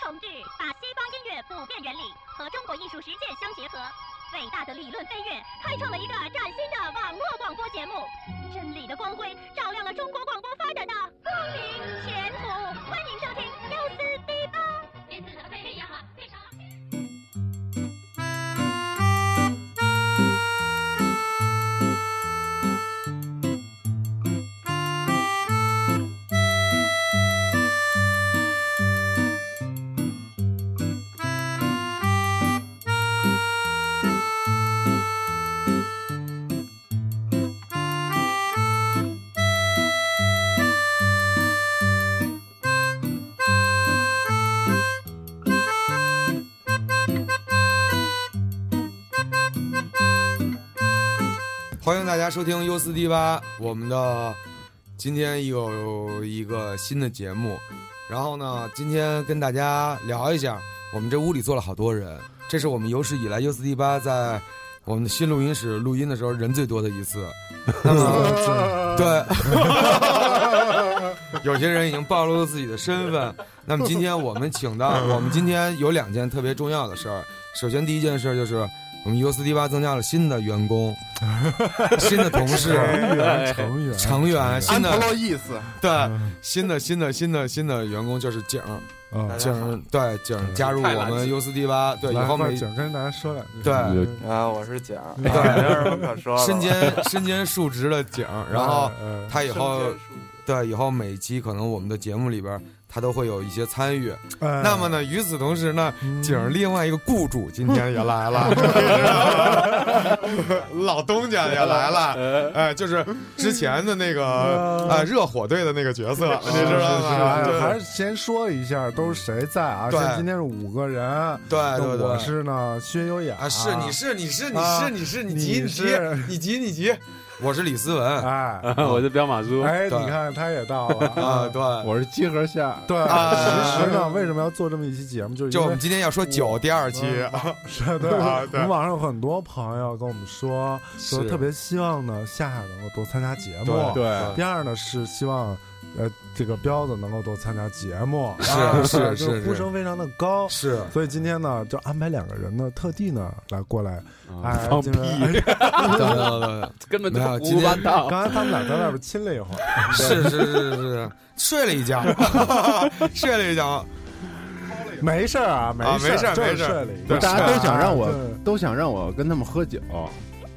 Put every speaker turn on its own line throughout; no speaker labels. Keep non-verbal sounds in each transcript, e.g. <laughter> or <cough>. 同志把西方音乐普遍原理和中国艺术实践相结合，伟大的理论飞跃，开创了一个崭新的网络广播节目。真理的光辉照亮了中国广播发展的光明前途。欢迎收听幺四 B 八。
欢迎大家收听 U 四 D 八，我们的今天有一个新的节目，然后呢，今天跟大家聊一下，我们这屋里坐了好多人，这是我们有史以来 U 四 D 八在我们的新录音室录音的时候人最多的一次。那么，对，有些人已经暴露了自己的身份。那么今天我们请到，我们今天有两件特别重要的事儿。首先，第一件事儿就是我们 U 四 D 八增加了新的员工，新的同事。
员成员
成员，新
安
的
不露意思，
对，
嗯
新
<laughs>
的新的新的新的员工就是景儿，
啊，
景儿对景儿加入我
太懒
们 U 四 D 八，嗯对以
来
后
快
每
景跟大家说两句。嗯
对
啊，我是景儿，没
<laughs> 对
哎
有什么可
<laughs>
说的了。
身兼身兼数职的景儿，然后
呃
他以后
身兼数职
对以后每期可能我们的节目里边他都会有一些参与。
呃
那么呢，与此同时呢，
嗯
景儿另外一个雇主今天也来
<laughs>
了，老东家也来
<laughs>
了，哎，就是之前的那个啊热火队的那个角色，
啊
你
嗯 <laughs> 是
知道吗？
是是
对
还是先说一下都是谁在啊？
对
像今天是五个人，
对
那
对对，
我是呢薛优雅
啊，是你是你是你
啊
是你是你
你
急你急
是
你急你急，啊我是李思文 <laughs>
哎
我是彪马叔，
哎，
对
你看他也到了
啊，。对，
<laughs> 我是集合下，
对，
啊
其实呢，为什么要做这么一期节目，就是
就
因
我嗯 <laughs>
为
们今天要说酒第二期，
是对
啊对
我们网上有很多朋友跟我们说，说
是
特别希望呢夏夏能够多参加节目，
对
对
第二呢是希望，呃，这个彪子能够多参加节目，
是
啊
是
就是呼
是
声非常的
<laughs>
高。
是
所以今天呢，就安排两个人呢，特地呢来过来，哎，
放
这
屁，
个哎
对对对对
根本就
没有
胡说八道。
刚才他们俩在外边亲了一会
<laughs>
儿，
是是是是 <laughs> 睡了一觉，睡了一觉，
没事儿啊，没
啊没
事
事儿
儿，就是
没事儿
睡了一
对
觉。
大家都想让我
对，
都想让我跟他们喝酒。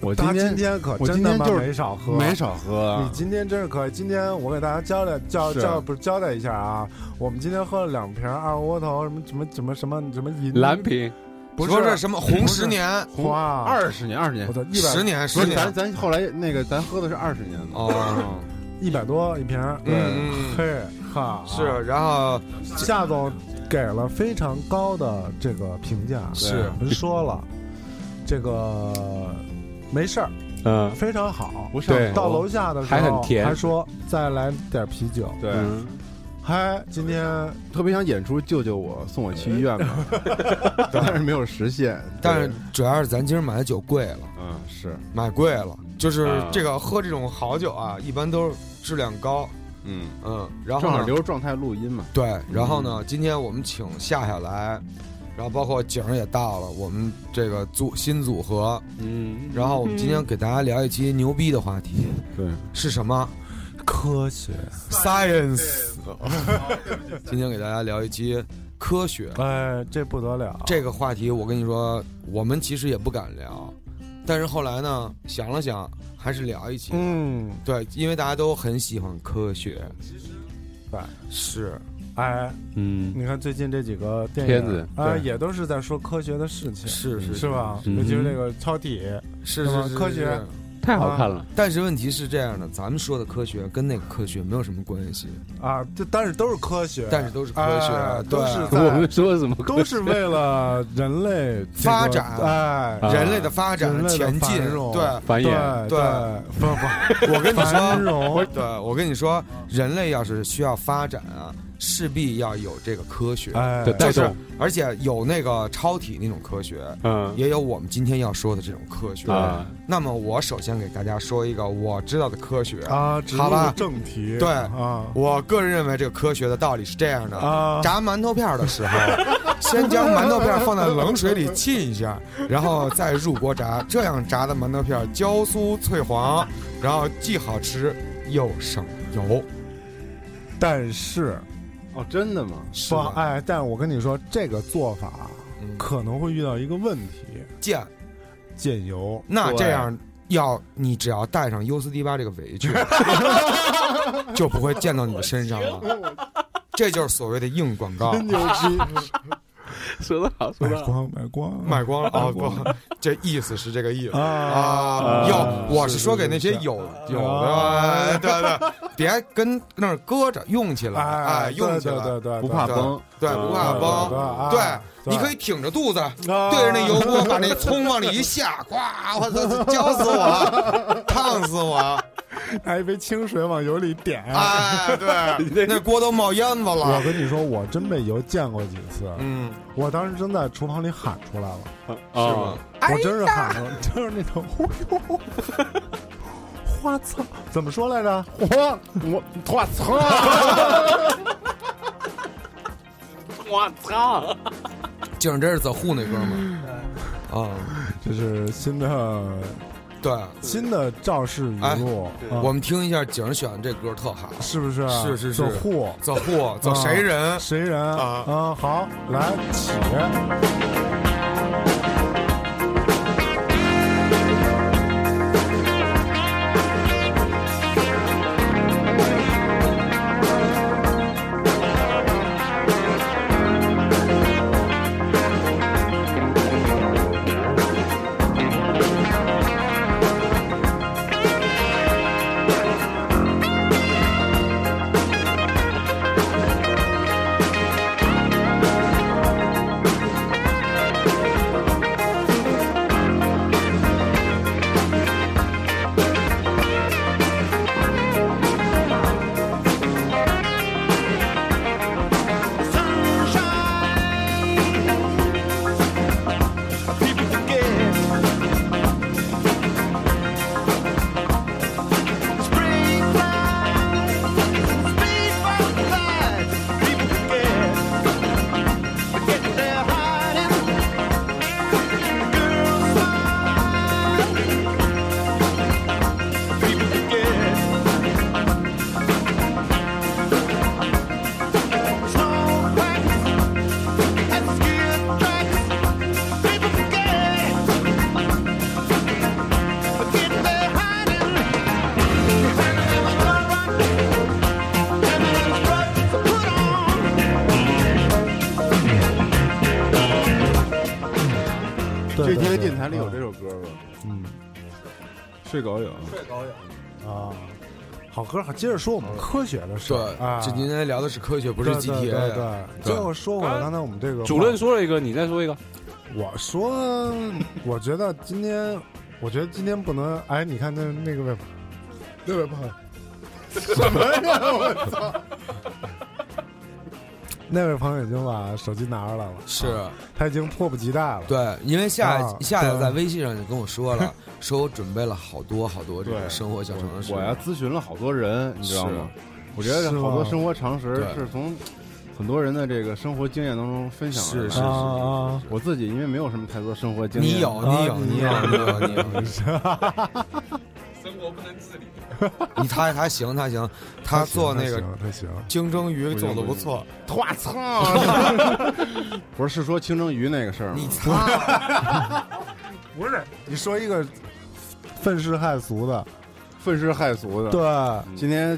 我今
他今
天
天可
我
真
今
他
天
妈
就是
没少喝，
没少喝
你，今天真是可以！今天我给大家交代交
是
交不是交代一下啊，我们今天喝了两瓶二锅头，什么什么什么什么什么银
蓝瓶
不
说
是
是什么红十年、
花
二十年，二十年
我，操一
十
百
年、
不
十
是
年
咱咱后来那个咱喝的是二十年的，
哦，
一百多一瓶，
嗯嗯嗯
嘿哈
是，然后
夏总给了非常高的这个评价，
是
我们说了这个没事儿，
嗯，
非常好。
不上对
到楼下的时候
还很甜
还说再来点啤酒。
对，
嗨，今天
特别想演出救救我，送我去医院吧， <laughs> 但是没有实现，
但
对
是主要是咱今儿买的酒贵了，
嗯是，
买贵了，就是
啊
这个喝这种好酒啊，一般都是质量高，
嗯，
嗯，然后
正
呢
好留着状态录音嘛，
对，然后呢，今天我们请夏夏来，然后包括景儿也到了，我们这个组新组合，
嗯，
然后我们今天给大家聊一期牛逼的话题
对，
是什么
科学，
？Science。今天给大家聊一期科学
哎，这不得了，
这个话题，我跟你说，我们其实也不敢聊，但是后来呢，想了想，还是聊一期。
嗯，
对，因为大家都很喜欢科学，
对
是
哎，
嗯，
你看最近这几个电
片
影
子
啊、
对
也都是在说科学的事情，
是是
是吧？
嗯
尤其是这个超体，
是
那么
是是
科学
是
太好看了，
但是问题是这样的，咱们说的科学跟那个科学没有什么关系，
啊，这但是都是科学，
但是啊都是科学，
哎
对
都是
我
在
们说什么
<laughs> 都是为了人类
<laughs>
这个
发展
哎，
啊
人类的发展、
人类的
前进
繁，荣
对
繁
对
衍，
对
不 <laughs> 不，
我跟你说
繁荣，
对，我跟你说，人类要是需要发展啊，势必要有这个科学，
哎，
对
就
啊带
是
动
而且有那个超体那种科学，
嗯
也有我们今天要说的这种科学。
啊，
那么我首先给大家说一个我知道的科学，
啊，直
好吧
入正题，
对
啊
我个人认为这个科学的道理是这样的：
啊，
炸馒头片儿的时候，先将馒头片儿放在冷水里沏一下，然后再入锅炸。这样炸的馒头片儿焦酥脆黄，然后既好吃又省油。
但是
哦，真的吗？
是
不
吧
哎，但我跟你说，这个做法
嗯
可能会遇到一个问题，
见，
溅油。
那
对
这样要你只要带上优斯迪巴这个围裙， <laughs> 就不会溅到你的身上了。这就是所谓的硬广告，
牛逼！说得好，
买光买光
买光了啊！不，这意思是这个意思。
啊
啊，
要
有，我
是
是说给那些
是是
有有
啊
的，对对，别跟那儿搁着，用起来，哎，
哎，
用起
对
来，
对嗯对，对
不怕崩，
对，不怕崩。对，
嗯
你可
以
以挺着肚子，对
对啊
着那油
<laughs>
锅把那葱往里一下，呱，我操，浇死我
<laughs>
了，烫死我了，
拿一杯清水往油里点。
哎，
<laughs>
对，那锅都冒烟子
我
了，
跟你说，我真被油溅过几次，
啊嗯，
我当时真在厨房里喊出来了，
哎哦
是吗？
我真是喊出来，就是那种，我呦，我操，怎么说来着？我我我操！
我操！
竟然真是在护那哥们
嗯
儿，啊，
<laughs> 这是新的
对，
新的肇事语录，啊
哎我们听一下景儿选的这歌儿特好，
是嗯不是？
是是是
走户
走护走谁人？
谁人
啊
啊？好，来起。
这
对对
天的
对
电台里有这首歌吗？
嗯
睡狗有，
啊，好歌，好，接着说我们科学的事
对
儿啊，。
这今天聊的是科学，不是
对对
GTA
对
呀。
对，最后说回来，刚才我们这个
主任，说了一个，你再说一个。
我说，我觉得今天，我觉得今天不能，哎，你看那那个位，那位朋友，什么呀，我操！ <laughs> 那位朋友已经把手机拿出来了，
是
啊他已经迫不及待了。
对，因为夏
啊
夏夏
对
在微信上就跟我说了，说我准备了好多好多这种
对
生活小常识。
我呀咨询了好多人，你知道吗？我觉得
是吗
好多生活常识
对
是从很多人的这个生活经验当中分享而
是
来的。
是是
啊
我自己因为没有什么太多生活经验，
你有
啊
你有
你
你有
有
你有你有，
啊
生活不能自理。
你他他行他行，他做那个
<laughs> 他行，
清蒸鱼做的不错。
我操！不是是说清蒸鱼那个事儿吗？
你擦，
不是你说一个愤世骇俗的，
愤世骇俗的。
对，
今天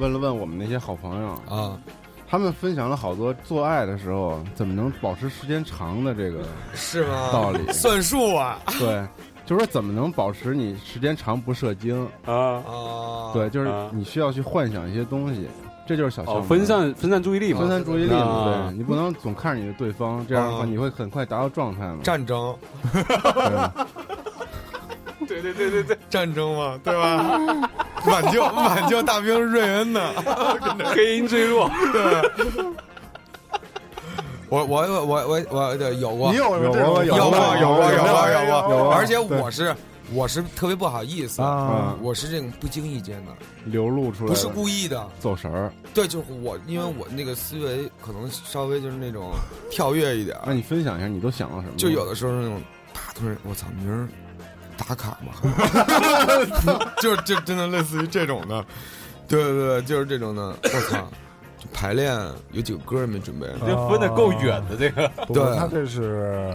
问了问我们那些好朋友，
啊，
他们分享了好多做爱的时候怎么能保持时间长的这个
是吗？
道理
算术啊
对，就是说怎么能保持你时间长不射精？
啊，
啊，
对，就是
啊
你需要去幻想一些东西，这就是小项
哦，
目。
分散分散注意力嘛
分。散注意力嘛，
啊
对你不能总看着你的对方，这
啊
样的话你会很快达到状态嘛。
战争
对
对对对对对，
战争嘛，对吧？挽救挽救大兵瑞恩呢？
<laughs> 黑鹰坠落，
我我我我我我对有过
你有
有
这种
过有
有
过
啊
过有
有
过
过
有
有
过
过
有过，
有过
而且我是我是特别不好意思，
哦啊，
我是这种不经意间的，
流露出来
不
的
是故意的。
走神儿。
对，就是我，因为我那个思维可能稍微就是那种跳跃一点儿，
哎
那你分享一下，你都想到什么？
就有的时候那种大突然，我操，明儿打卡吗？
<laughs>
就是就真的类似于这种的，对对对，就是这种的。我操，就排练有几个歌儿没准备，
这分的够远的这个。
不
对
他这是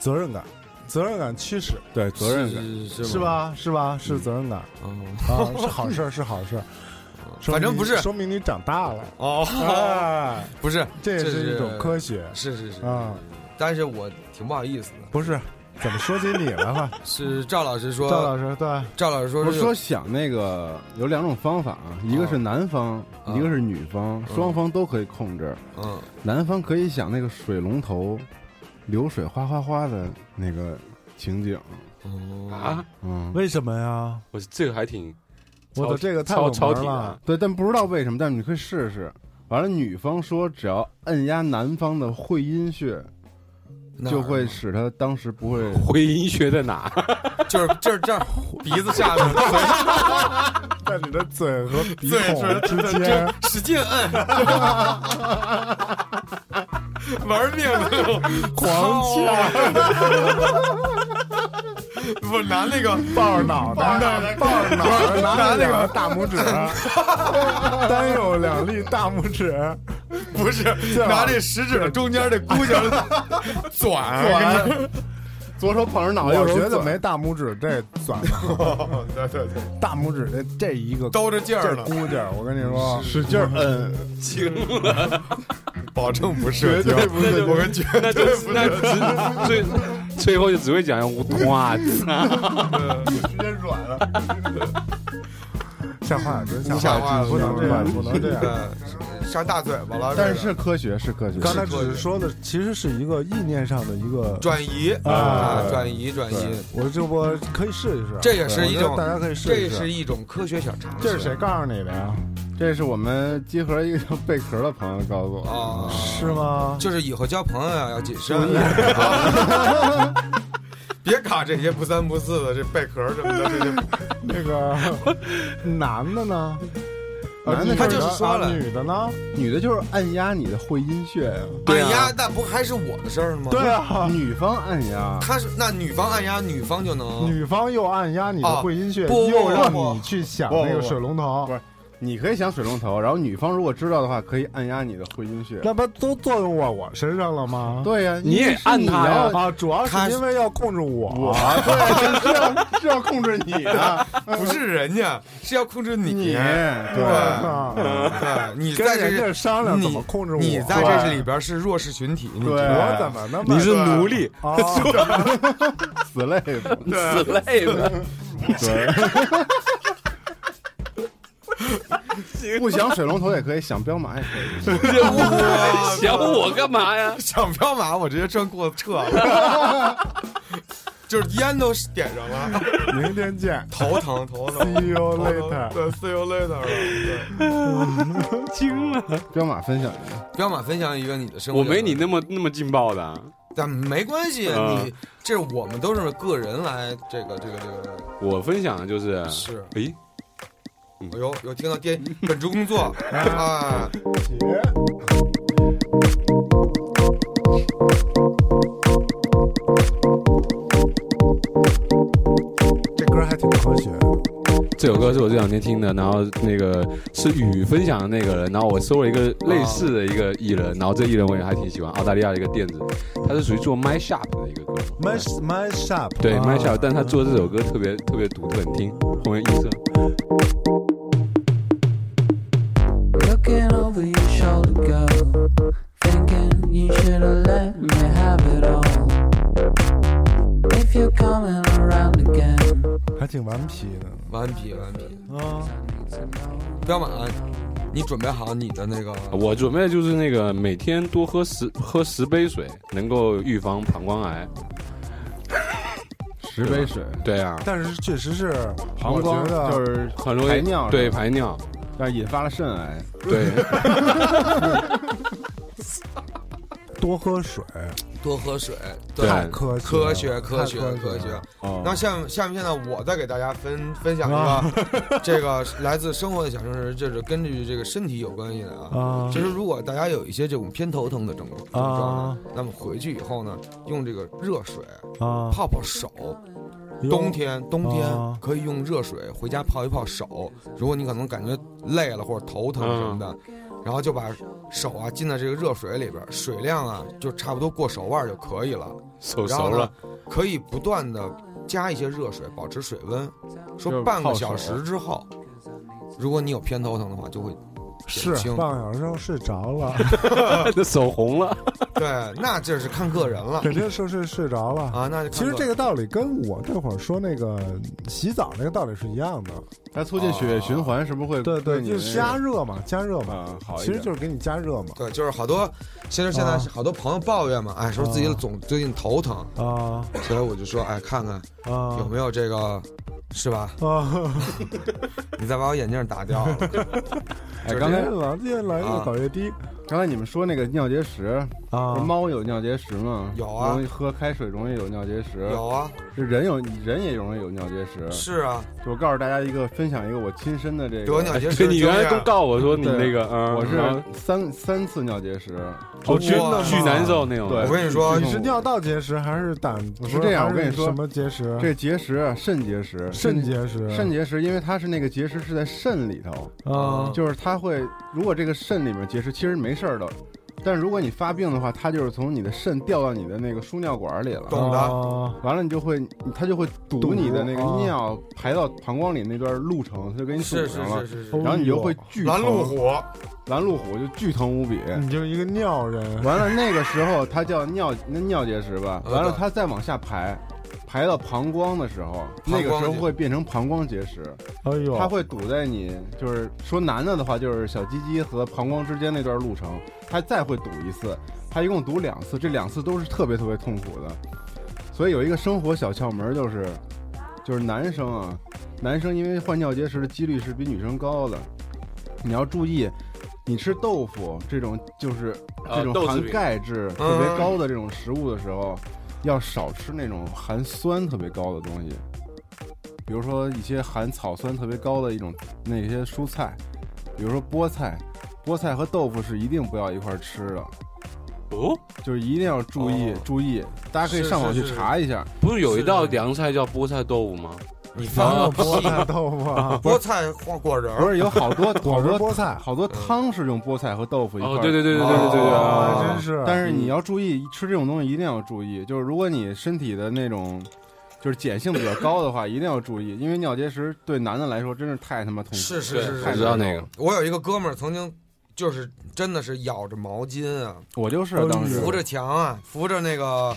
责任感，责任感驱使，
对责任感，
是
是？吧？是吧？是责任感
嗯，
啊，是好事儿，是好事
<laughs>
儿。说
反正
明
不是
说明你长大了，
哦，
哎，
不是，
这也
这
是一种科
学，
学
是是是
啊。
但是我挺不好意思的，
不是，怎么说起你来
<laughs>
了？
是赵老师
赵
说，
老师，对，
赵老师说
不
是
是说想那个有两种方法啊，一个是男方，
啊
一个是女方，
嗯
双方都可以控制。
嗯，
男方可以想那个水龙头流水哗哗哗的那个情景，
嗯
啊，
嗯，
为什么呀？
我这个还挺
我的这个太
超超
冷
体啊
门
的
了，，
对，但不知道为什么，但你可以试试。完了，女方说只要按压男方的会阴穴，
那
就会
儿
使他当时不会。
回音学在哪？
就是就是这儿鼻子下
<laughs>
面，嘴
在你的嘴和鼻
嘴
孔
唇
之间，
就使劲摁，玩命的狂
掐， <laughs>
不拿那个
抱着脑袋，抱着脑袋，拿着两个大拇指，单有两粒大拇指，
不是
这样
拿这食指的中间这箍
<laughs>
下来转，
完，左手捧着脑
我
袋，右手
觉得
攥
没大拇指这算了， <laughs>
对对对，
大拇指这这一个
兜着劲儿
这
呢，
箍劲儿，我跟你说，
使劲儿
<laughs>
摁，
惊了，保证不是，绝对不
是
我们绝
那就
对不
<laughs> 那
是。
只 <laughs> 最最后就只会讲哇，
直接软了。吓坏了，真
你
吓
吓
坏
坏
了，
了
不能这样，不能这样。
对，呃上大嘴巴了，
<laughs> 但是科学是科学。
刚才只是说的，其实是一个意念上的一个
嗯转移
啊
啊，转移转移，
我这我可以试一试，
这也是一种
我觉得大家可以试
这
一
是
试。
一种科学小常识。
这是谁告诉你的呀？
这是我们集合一个叫贝壳的朋友告诉我 <laughs> 的
啊？
是吗？
就是以后交朋友呀要谨慎，别搞这些不三不四的，这贝壳什么的，这些 <laughs>
那个男的呢？
男的
啊
他
女
就是说了
啊女的呢？
女的就是按压你的会阴穴呀、
对啊
按压那不还是我的事儿吗？，
啊，
女方按压，
他是那女方按压，女方就能
<laughs> 女方又按压你的
啊
会阴穴，
不不
又让
不
你去想
不
那个
不
水龙头
不，你可以想水龙头，然后女方如果知道的话，可以按压你的会阴穴。
那不都作用我我身上了吗？
对呀、
你也
因为是
按她呀
要
啊，主要
他
是
是
因为要控制
我
<laughs> 我，
对，是要 <laughs> 是要控制你的，
不是人家是要控制你，
你
对
对，
啊，
<laughs> 对，你
跟
在
人
这
家商量怎么控制我，
你在这里边是弱势群体，你知道
对
吗
我怎么那么
你是奴隶，
啊？
死累了，
死累了，
对。 <laughs> 不想水龙头也可以，想彪马也可以。
想我干嘛呀？
想彪马，我直接转过撤了，就是烟都点上了，
明天见
<laughs>
头疼头疼。
，See you
头疼
later。
对，see you later 了。对
惊了！
彪马分享一个，
彪马分享一个你的生活，
我没你，那么那么劲爆的啊，
但没关系，
嗯
你这我们都是个人来这个这个这个
我分享的就是，
是，
诶，嗯
哎呦，有听到电本职工作
嗯
啊，
这歌还挺科学，
这首歌是我这两天听的，然后那个是雨分享的那个人，然后我搜了一个类似的一个艺人，然后这艺人我也还挺喜欢，澳大利亚的一个电子，他是属于做 My Shop 的一个歌手
My My Shop，
对 My
啊
Shop，但他做这首歌特别特别独特，你听红颜异色，
Looking over your shoulder, girl. Thinking you should've let me have it all. If you're coming around again,
还挺顽皮的
顽皮顽皮。
啊。
彪马，你准备好你的那个
我准备的就是那个每天多喝十喝十杯水，能够预防膀胱癌。
十杯水，
对啊，
但是确实是，
膀
我觉
胱
得
就是
很容易
排尿
对
是吧
排尿，
但是引发了肾癌。
对，
多喝水，
多喝水，
对
太科学
科学，
了
科学，
太
科
科
学
了。
哦
那下面下面现在我再给大家分分享一个， <laughs> 这个来自生活的小常识，就是根据这个身体有关系的啊。
啊！
就是如果大家有一些这种偏头疼的症症状呢，那么回去以后呢，用这个热水
啊，
泡泡手。冬天冬
啊
天可以用热水回家泡一泡手，如果你可能感觉累了或者头疼
嗯
什么的，然后就把手啊浸在这个热水里边，水量啊就差不多过手腕就可以了。
手
然
熟
后呢
了，，
可以不断的加一些热水，保持水温。
就
说
是
半个
泡
小
手
时之后，如果你有偏头疼的话，就会
是
减轻。
半个小时后睡着
<laughs>
了，
这手红了，
对，那这是看个人了
肯定是睡睡着了。
啊。那就看
其实
个
这
人
个道理跟我这会儿说那个洗澡那个道理是一样的，
它促进血液循环是不是会
对对，
你
就是加
那
热嘛，加热
个
嘛，
啊好一
其
点？
实就是给你加热嘛。
对，就是好多，其实现在
啊
是好多朋友抱怨嘛，哎，说自己
啊
总最近头疼，
啊
所以我就说，哎，看看有
啊
没有这个，是吧？
啊！
你再把我眼镜打掉了，
哎，刚才
老越来越搞越低
刚才你们说那个尿结石，
啊
不是猫有尿结石吗？
有啊
容易喝开水容易有尿结石。
有啊，
这人有人也容易有尿结石。
是啊，
就我告诉大家一个，分享一个我亲身的
得
这个。
尿结石
对哎你原来
经
都
验
告我说你
对
那个，嗯，
我
然后
是三三次尿结石，
我巨
哇
巨难受那种，
对
我跟你说，
你是尿道结石还是胆？
不是这样
还
我跟你说
什么结石？
这结石啊，肾结石，
嗯肾结石，
肾结石，因为它是那个结石是在肾里头，
啊，
就是它会，如果这个肾里面结石其实没事儿的，但是如果你发病的话，它就是从你的肾掉到你的那个输尿管里了，
懂的
啊
完了你就会，它就会
堵
堵你的那个
啊
尿排到膀胱里那段路程，它就给你堵
是
上
是
了
是，是
哦
是，
然后你就会巨疼
拦路，虎，
拦路虎就巨疼无比。
你就是一个尿
<laughs>
人
完了那个时候它叫尿那尿结石吧，
呃
完了它再往下排。排到膀胱的时候，那个时候会变成膀胱结石，
哎呦，
它会堵在你，就是说男的的话，就是小鸡鸡和膀胱之间那段路程，它再会堵一次，它一共堵两次，这两次都是特别特别痛苦的。所以有一个生活小窍门就是，就是男生啊，男生因为患尿结石的几率是比女生高的，你要注意，你吃豆腐这种就是
呃
这种
豆制
含
品
钙质特别高的这种食物的时候，要少吃那种含酸特别高的东西，比如说一些含草酸特别高的一种那些蔬菜，比如说菠菜，菠菜和豆腐是一定不要一块儿吃的，
哦，
就是一定要注意、
哦
注意，大家可以
是
上网
是
去
是
查一下。
不是有一道
是
凉菜叫菠菜豆腐吗？
你
哪
放
有
个
菠
屁，
菜豆腐啊？
菠菜或果仁
不
儿，
是有好多好
我是
多
菠菜，
好多汤是用菠菜和豆腐一块
哦
儿，
对对对对对
哦
对对对
啊，
啊
真！是。
但是你要注意，吃这种东西一定要注意，就是如果你身体的那种就是碱性比较高的话，一定要注意，因为尿结石对男的来说真是太他妈痛苦。
是是是
我
太
是
知
是，
道那个，
我有一个哥们儿曾经就是真的是咬着毛巾啊，
我就是
嗯
当时
扶着墙啊，扶着那个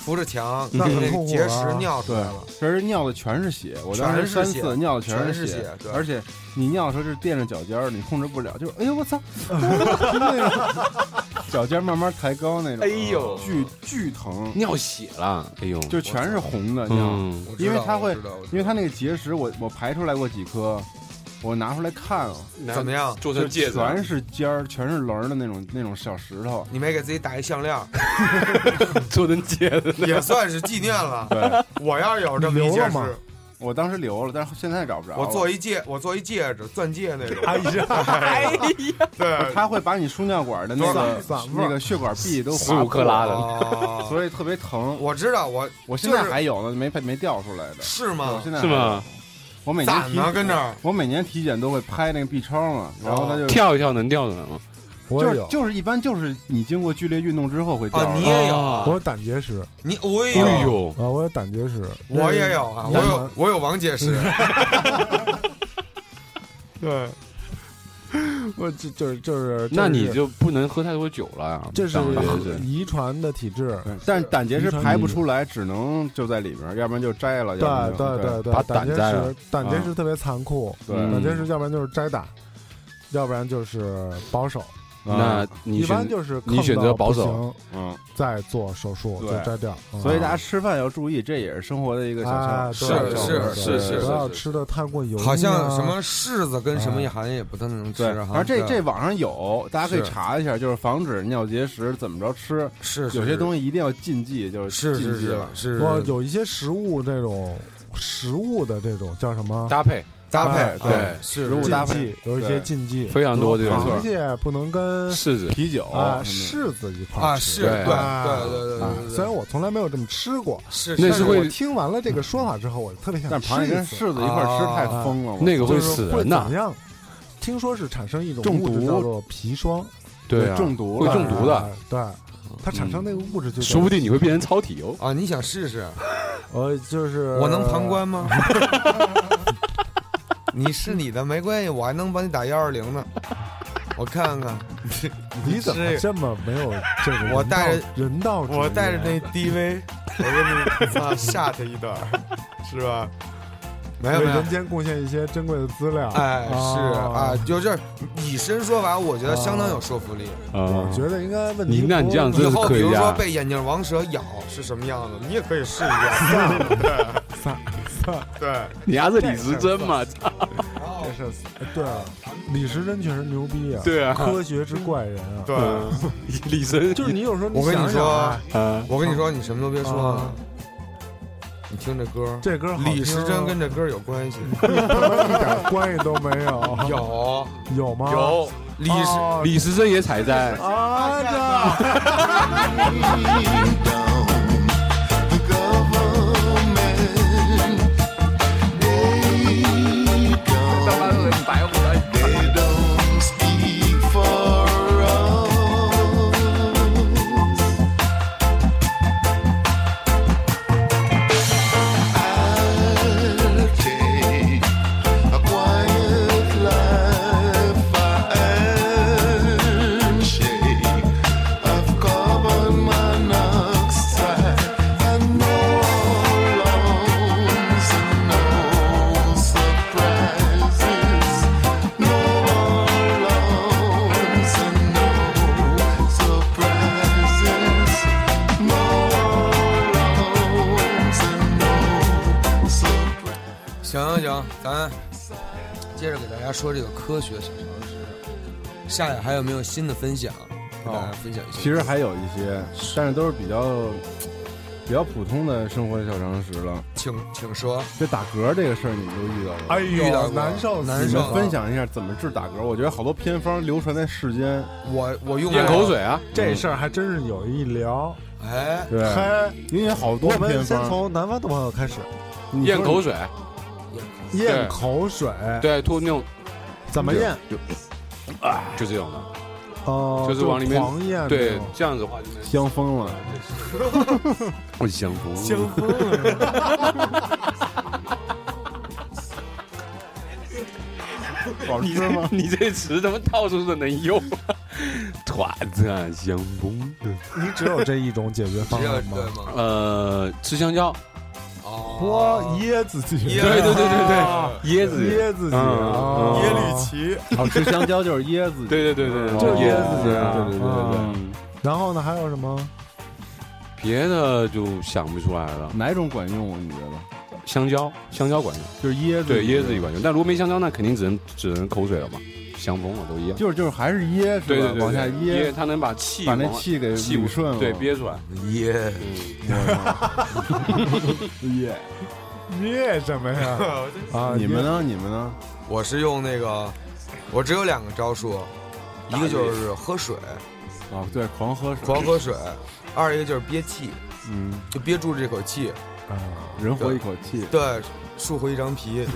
扶着墙，
嗯
那很
那
痛
个
苦
结
啊
石尿出
对
来了，，
其实尿的全是血，我当时
全是
三
血
次尿的
全
是
是
血，
血，对
而且你尿的时候就是垫着脚尖儿，你控制不了，就是哎呦我操，那种脚尖慢慢抬高那种，
哎呦
巨巨疼，
<laughs>
尿血了，哎呦，
就全是红的尿。
嗯，
我知
因为
道
它
我
会
知道我知
因为它
道
那个结石，我我排出来过几颗，我拿出来看啊了，
怎么样？
做
就
成戒指？
全是尖儿，全是棱儿的那种那种小石头。
你没给自己打一项链儿，
<laughs>
做成戒指，
也算是纪念了。
对，
我要是有这么一
留了
件
吗
事，
我当时留了，但是现在找不着了。
我做一戒，我做一戒指，钻戒那种。
哎呀，
哎，
对，
它会把你输尿管的那个
散散味儿
那个血管壁都划
十五克拉
<laughs>
的，
破，
哦，
所以特别疼。
我知道，我
我现在
就是
还有呢，没没掉出来的。
是
我
吗？
现在
是
还有？
吗？
我每年
攒
体
呢，跟这儿
我每年体检都会拍那个 B 超嘛，然后它就
跳一跳能跳出来吗？
哦我
就
也
是
有，
就是一般就是你经过剧烈运动之后会掉出来。
啊，你也有，
我
啊！
有胆结石啊，
你我也
哎
有，
呦，
我有胆结石，
我也有啊，我
那
有我有王解石，
嗯
对，我这就是就是，
那你就不能喝太多酒了嗯呀。
这是
当然
是
遗传的体质，
对但是胆结石排不出来，只能就在里边儿，要不然就摘了。
对
要不然就
对对对，
把
胆
胆
结
摘了啊
石，胆结石特别残酷，
对
嗯
胆结石要不然就是摘胆，要不然就是保守，
那你
一般
选
就是
你选择保守
坑到不行，
嗯，
再做手术
对
就摘掉。嗯
所以大家吃饭要注意，这也是生活的一个小
啊，
窍
对
小
对
窍
是
门
是
对
是
不
是
要吃的太过油腻啊，
好像什么柿子跟什么
哎
好像也不太能吃
对，
哈。
反正这
对
这网上有，大家可
是
以查一下，就是防止尿结石怎么着吃，
是
有些东
西
西一定要禁忌，就是
是
禁
是
忌
是
了。
是
我有一些食物这种食物的这种叫什么
搭配
搭
哎
配
对
啊是
食物
禁
搭配
忌，有一些
对
禁忌，
非常多
比
这
如
种
没
螃
错
蟹不能跟
柿子，
啤酒
啊
什么
柿子一块
啊
儿
是
吃
对
对
对
啊
对对
啊
对对，
虽然我从来没有这么吃过，
是
那
但
是
是
会
我听完了这个说法之后，我特别
的，
想
但螃蟹
吃一
跟
次，
柿子一块儿吃
啊
太疯了，
那
就
个会
是
死
会
人
怎么
的，
样？听说是产生一种
中
物质
毒
叫做砒霜，
对啊，
中毒
会
了
中毒的嗯
啊，对，它产生那个物质就叫
说不定你会变成超体哦。
啊，你想试试？
呃，就是
我能旁观吗？你是你的没关系，我还能帮你打幺二零呢。我看看，
你怎么这么没有这个人道？
我带着
人道主义啊，
我带着那 DV，我 <laughs> 给你操吓他一段儿，是吧？没有
为
没有
人，间贡献一些珍贵的资料。
哎，是啊
啊，，
就是以身说法，我觉得相当有说服力。
啊
我觉得应该问
你
题。
那你这样真
以
的是
后
可
比如
以
说
啊，
被眼镜王蛇咬是什么样子，你也可以试一下。对，
你丫是李时珍嘛？
这是对啊，李时珍确实牛逼啊，
对啊
科学之怪人啊。
对，
<laughs> 李时
就是你有时候
我跟
想
你
想
说
啊，
啊，
我跟你说，你什么都别说啊
啊，
你听这歌儿，
这歌好听啊
李时珍跟这歌儿有关系。
他 <laughs> 妈一点关系都没有，
有
有吗？
有，李时
哦
李时珍也采摘，
啊，这。
行行行，咱接着给大家说这个科学小常识。夏夏还有没有新的分享？给大家分享一下。
其实还有一些，但是都是比较比较普通的生活小常识了。
请请说，
这打嗝这个事儿，你们都遇到了吗？
哎
遇到
呦，
过
难受
难
你
死了
们分享一下怎么治打嗝？我觉得好多偏方流传在世间，
我我用
咽口，水啊，
这事儿还真是有一聊。
哎，
对，
嗨，
因为好多
我
偏
们先
方，
从南方的朋友开始，
你说
咽口水，
咽口水
对，吐那种
怎么咽？
就这种的，
哦，
就是往里面
狂咽那种，
对，这样子的话就能
香疯 <laughs> 了，
会香风，
疯了。
好
你
吃吗 <laughs>
这？你这词他妈到处都能用，团子啊，香风。
你只有这一种解决方
只有
案
对
吗？
吗？
呃，吃香蕉，
我
哦，
噎自己，
噎对对对对对
啊
<laughs> 椰子，
噎自己，
嗯
啊
嗯椰
奇。
奇，
好吃香蕉就是椰子，
对对对对，
就是
椰
子啊
对对对对
啊
对嗯
然后呢，还有什么？
别的就想不出来了。
哪种管用啊？你觉得？
香蕉，香蕉管用，
就是椰子，
对，椰子也管用。但如果没香蕉，那肯定只能只能口水了嘛，香风了都一样。
就是就是还是椰是吧？
对对对对，
往下
噎，
椰，
它能把气
把那
往
气给
气
捋顺了，
对憋出来。
耶，
噎。
噎什么呀？ <laughs> 啊，
你们呢？你们呢？
我是用那个，我只有两个招数，一个就是喝水，
啊，对，狂喝水，
狂喝水；二一个就是憋气，
嗯，
就憋住这口气，
啊？
人活一口气，
对，树回一张皮。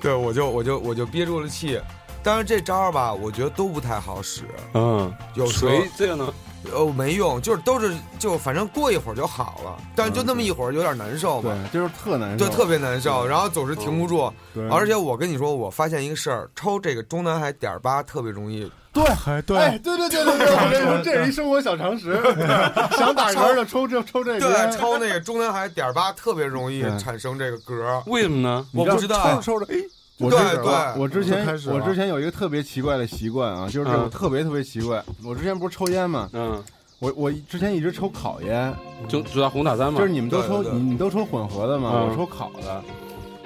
对，我就我就我就憋住了气，但是这招儿吧，我觉得都不太好使，
嗯，
有时候
谁这样呢？
呃没用，就是都是就反正过一会儿就好了，但是就那么一会儿有点难受嘛，
对，就是特难受，
对，特别难受，然后总是停不住，
对，
而且我跟你说，我发现一个事儿，抽这个中南海点儿八特别容易，
对，还对，
哎，对对对对对，我跟你说，这是一生活小常识，
<laughs>
想打嗝就抽这抽这
对，
个，
抽那个中南海点儿八特别容易
对
产生这个嗝儿，
为什么呢？
你
我
知道
不知道
抽着抽着，哎，
我之
对对
我我之前
就开始了
我之前有一个特别奇怪的习惯啊，就是
嗯
我特别特别奇怪。我之前不是抽烟嘛，
嗯，
我我之前一直抽烤烟，
就主要红塔山嘛，
就是你们
嗯
都
对
抽
对
你你都抽混合的嘛，
嗯
我抽烤的。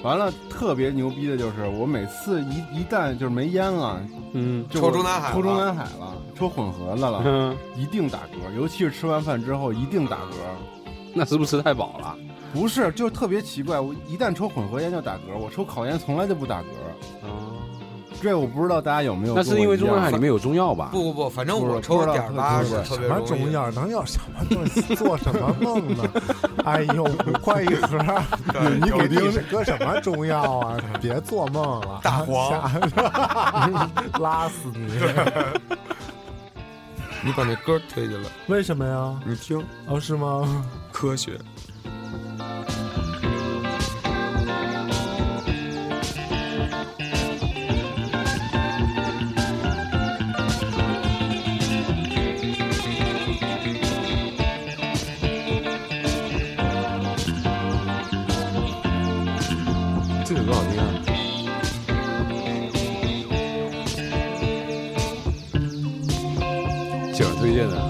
完了，特别牛逼的就是我每次一一旦就是没烟了，
嗯
就
抽
我
中南海
抽
了
中南海了，抽混合的了，
嗯，
一定打嗝，尤其是吃完饭之后一定打嗝。
<laughs> 那是不是吃太饱了
不是，就是特别奇怪，我一旦抽混合烟就打嗝，我抽烤烟从来就不打嗝。
啊？
这我不知道大家有没有跟我
那
一样？
是因为中南海里面有中药吧？
不不不，反正
不是
我抽
不知道
点儿八
不
是
是
特别
什么
容
中
易。
药能有什么东西？做什么梦
<laughs>
呢？哎呦，五块一盒，
对
你
有
给
的
定是搁什么中药
<laughs>
啊？你别做梦了，啊
大黄
吓 <laughs> 拉死你！
你把那歌推进来，
为什么呀？
你听
哦，是吗？
科学。
这首歌好听啊！九儿推荐的啊，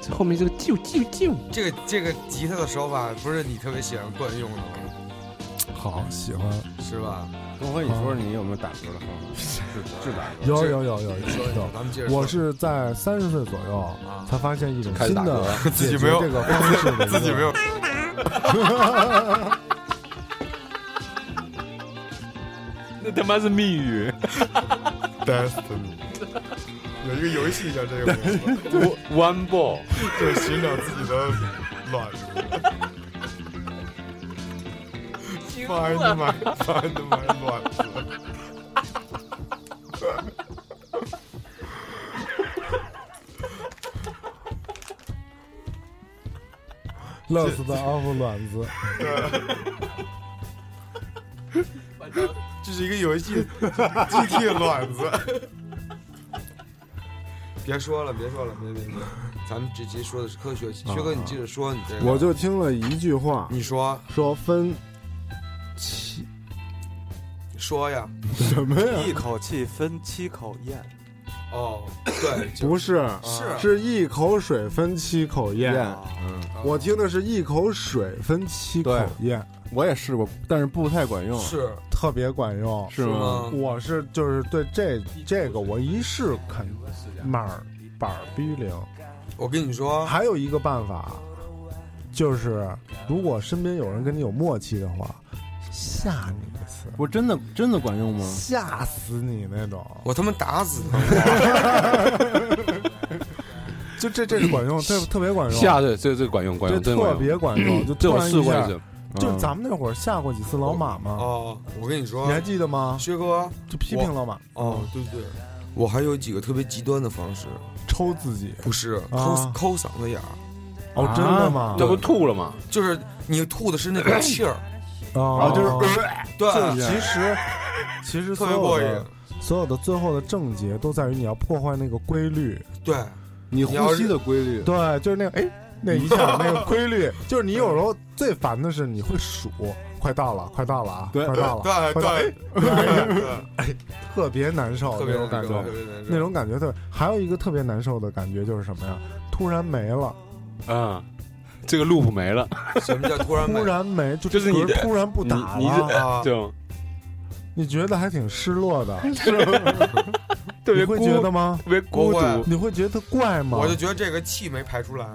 这后面这个啾啾啾，
这个这个吉他的手法不是你特别喜欢惯用的吗？
好喜欢，
是吧？
东辉，你说说你有没有打嗝的方
<laughs>
法？是是打嗝。
有
是
有有有
你说一说，
有。
咱们接着说。
我是在三十岁左右
啊
才发现一种
开始
新
打嗝
的
了
<laughs>
解
自己
决
没有
这个方式的一个
自己没有。
那他妈是
<laughs>
密语。
Destiny 有一个游戏叫这个名字，
One ball，
就是寻找自己的卵。Find my find my 卵子。
乐死的阿福卵子，
这是一个游戏，GT 卵子。别说了，别说了，别别别，咱们这期说的是科学。薛哥，你接着说你这个。
我就听了一句话，
你说
说分七
说呀，
什么呀？
一口气分七口咽，
哦，对，
不是，
是
是一口水分七口咽。我听的是一口水分七口咽， <laughs> 我也试过，但是不太管用，
是嗯
特别管用。
是吗？
吗？
我是就是对这这个我一试肯满儿板儿逼灵。
我跟你说，
还有一个办法，就是如果身边有人跟你有默契的话，吓你一次，
我真的真的管用
嗯
吗？
吓死你那种。
我他妈打死他！
就这这是管 <clears throat> 用，特特别管用，
下对，这这管用管
这
用，真管
特
用。
别管用。嗯就
这
突
我
然
试
一
过
下
一，次，
就咱们那会儿吓过几次老马嘛，
哦，我跟你说
你，还记得吗？
薛哥，
就批评老马，
哦，对对，我还有几个特别极端的方式，
抽自己。
不是抠
啊
抠嗓子眼儿，
哦，真的吗？
那不吐了吗？
就是你吐的是那
哎
个气儿，
<clears throat>
啊
哦，
就是
对，
其实其实
特
所
别
有
过
的
瘾，
所有的最后的症结都在于你要破坏那个规律。
对。
你呼吸的规律。
对，就是那个哎，那一下那个规律，就是你有时候最烦的是你会数，快到了，快到了啊，
对
快到了，
对
快到了
对，对，
<laughs> 特别难受
特
那
别
种感
难
觉
受特，别难受
那种感觉特别。还有一个特别难受的感觉就是什么呀？突然没了，
嗯，这个 loop 没了，
什么叫突然美
突然没，就
就是你
嗝
的
突然不打
你你
了，
啊？
就
你觉得还挺失落的，
特
你
别
会
孤，
觉
特
得吗？
别孤
不会
独。
你会觉得怪吗
我？就觉得这个气没排出来，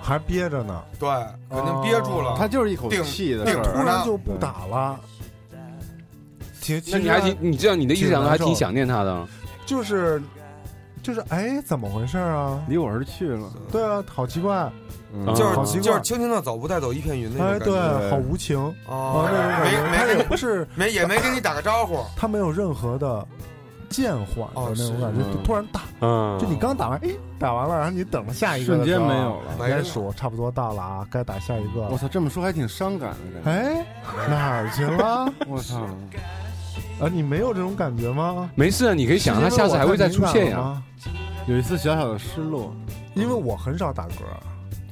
还憋着呢，
对，肯定憋住
哦
了。
它就是一口
定
气的
定
事
突
儿，
然就不打了。其其
那
实
你还挺，你这样你的意思
挺
讲
难
还挺
受
想念他的，
就是就是哎，怎么回事儿啊？
离我而去了。
对啊，好奇怪，
嗯
啊
就
好
是
奇怪
就是青青的走，不带走一片云那种
哎，
感
对
觉。，
好无情啊，那种
哦，
感
没
觉，他
没
也
跟
不是，
没也没跟你打个招呼。
他没有任何的渐缓的
哦
那种
是
感觉，就
嗯
突然打，
嗯，
就你刚打完，哎，打完了，然后你等下一个
瞬
的时
间
候
没有了。
没
该
了
数差不多到了啊，该打下一个
我
了。
操，这么说还挺伤感的感觉。
哎，哪儿去了？
我操，
啊，你没有这种感觉吗？
没事啊，你可以想
是因
他
为
下次
我
还会再
太
出
敏感
现
了
呀。
吗
有一丝小小的失落。
因为我很少打嗝，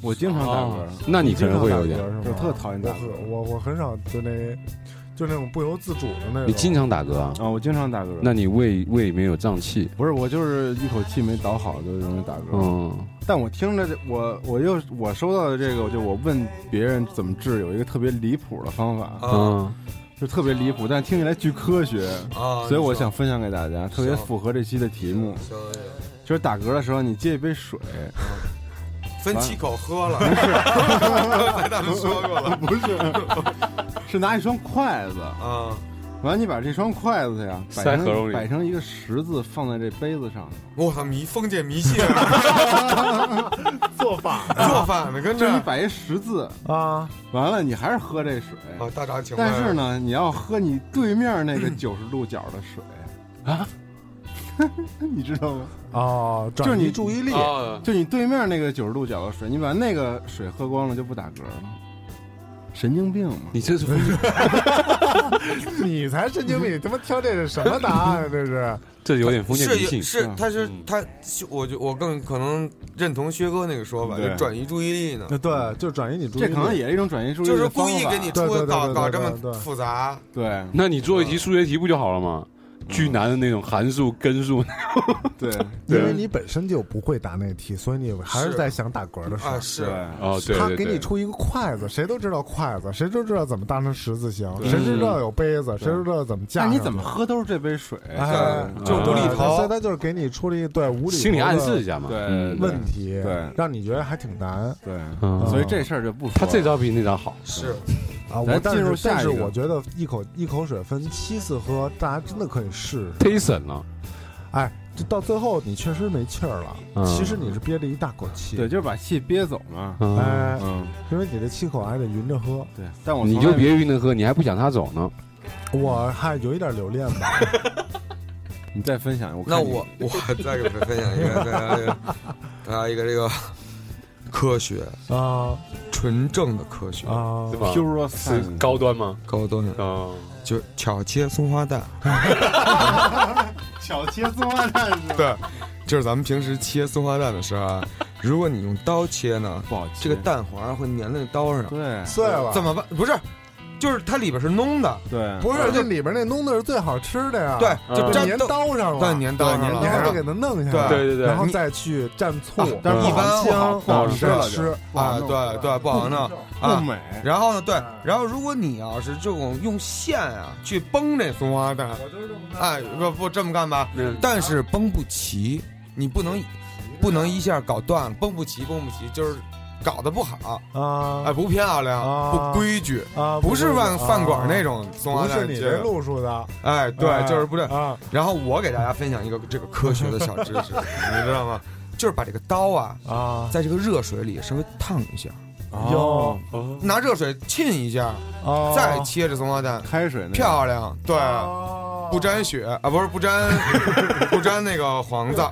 我经常打嗝，
哦那你
你
可能会有点，
我特讨厌打
我
嗝
很我我很少就那，就那种不由自主的那种。
你经常打嗝啊？
啊，我经常打嗝。
那你胃胃里面有胀气，
不是我就是一口气没倒好就容易打嗝。
嗯，
但我听着这我我又我收到的这个，就我问别人怎么治，有一个特别离谱的方法，
哦
啊
嗯，
就特别离谱，但听起来巨科学，
啊！
<laughs>
所以我
你说
想，分享给大家，特别
行
符合这期的题目，
行行
就是打嗝的时候你接一杯水，
分七口喝了。 <laughs> 刚才他们说过
<laughs>
了
不是， <laughs> 是拿一双筷子，
啊
完了你把这双筷子呀摆
塞合拢
成
里
摆成一个十字放在这杯子上，
我操，迷封建迷信，啊
<laughs> 做法
做反了，跟这
就是你
啊，
摆一十字，
啊，
完了你还是喝这水，
啊大闸请
但是
问，
呢，你要喝你对面那个九十度角的水
啊，
<laughs> 你知道吗？
哦，
就是
转移
你
注意力
力
哦
就你对面那个九十度角的水，你把那个水喝光了就不打嗝了，神经病嘛！
你这
<laughs>
是疯
<laughs> 你才神经病！你他妈挑这是什么答案啊？这是
这有点封建迷
是
信，
是，他是
嗯
他，我就我更可能认同薛哥那个说法，
对
就转移注意力呢，
对，就是转移你注意
这
力。
可能也是一种转移注意
就
力
是
的方
故
法。
意给你
对对
出
对
搞
对
搞
对
这
对
么
对
复杂，
对
那你做一
嗯
题数学题不就好了吗？巨难的那种函数、根
哦
数，
<laughs> 对
因为你本身就不会打那题，所以你还是
是
在想打嗝的事
啊，
儿。
是
对，
哦，对
他
对
给你
对，
出一个筷子，谁都知道筷子，谁都知道怎么搭成十字形，
嗯
谁知道有杯子，谁知道怎么架
那
上去。
你怎么喝都是这杯水，
哎，
就
无厘
对
头
所以他就是给你出了一对无厘头的
啊心理暗示一下嘛。
对
嗯
问题，
对
让你觉得还挺难
对，
嗯
所以这事儿就不说了
他这招比那招好，
是
啊。我
咱
但
进入
是
下
但
一
是
个
我觉得一口一口水分七次喝，大家真的可以试试。
忒神了。
哎，就到最后你确实没气儿了，
嗯
其实你是憋着一大口气，
对，就是把气憋走嘛。
嗯，
哎，
嗯，
因为你的气口还得匀着喝。
对。但我
你
从
就
来
别晕着喝，你还不想他走呢。
我还有一点留恋吧，
你再分享，我看
那
你
我我再给分享一个，大家这个，大家一个这个科学，
啊
纯正的科学，
啊，
对吧
pure
呃
是
science
高端吗？
高端的，
啊，
就巧切松花蛋，
小切松花蛋是吧
对，就是咱们平时切松花蛋的时候啊，如果你用刀切呢，
不好切
这个蛋黄啊会粘在刀上，
对
碎了
怎么办？不是，就是它里边是脓的，
对
不是，
嗯
这里边那弄的是最好吃的呀，
对，，就
嗯
就
啊粘
粘
豆
刀上了，
对粘刀上
对
了啊
然后再给它弄下来，
对
对对对
然后
你
再去蘸醋
啊，
但是不
一般
好切
我
不好吃
不好
了就
吃
不好
啊，
弄
对对，不好弄
不
啊。
美。
然后呢，
嗯
对，然后如果你要是这种用线啊去绷这松花蛋，哎，不不这么干吧，
嗯
但是绷不齐，你不能不能一下搞断，绷不齐，绷不齐，就是搞得不好，哎，
啊
不漂亮，
啊
不规矩，
啊，
不是饭
啊
饭馆那，种松花
不是
蛋
你
切
这
的，
路数的，
哎，对，
哎
就是不对。
啊，
然后我给大家分享一个这个科学
<laughs>
的小知识，你知道吗？就是把这个刀啊，
啊，哦
在这个热水里稍微烫一下，
有
拿热水浸一下，
啊，
再切这松花蛋，
开水那哦
漂亮，对，
啊
不沾血啊，不是不沾， <laughs> 不沾那个黄子，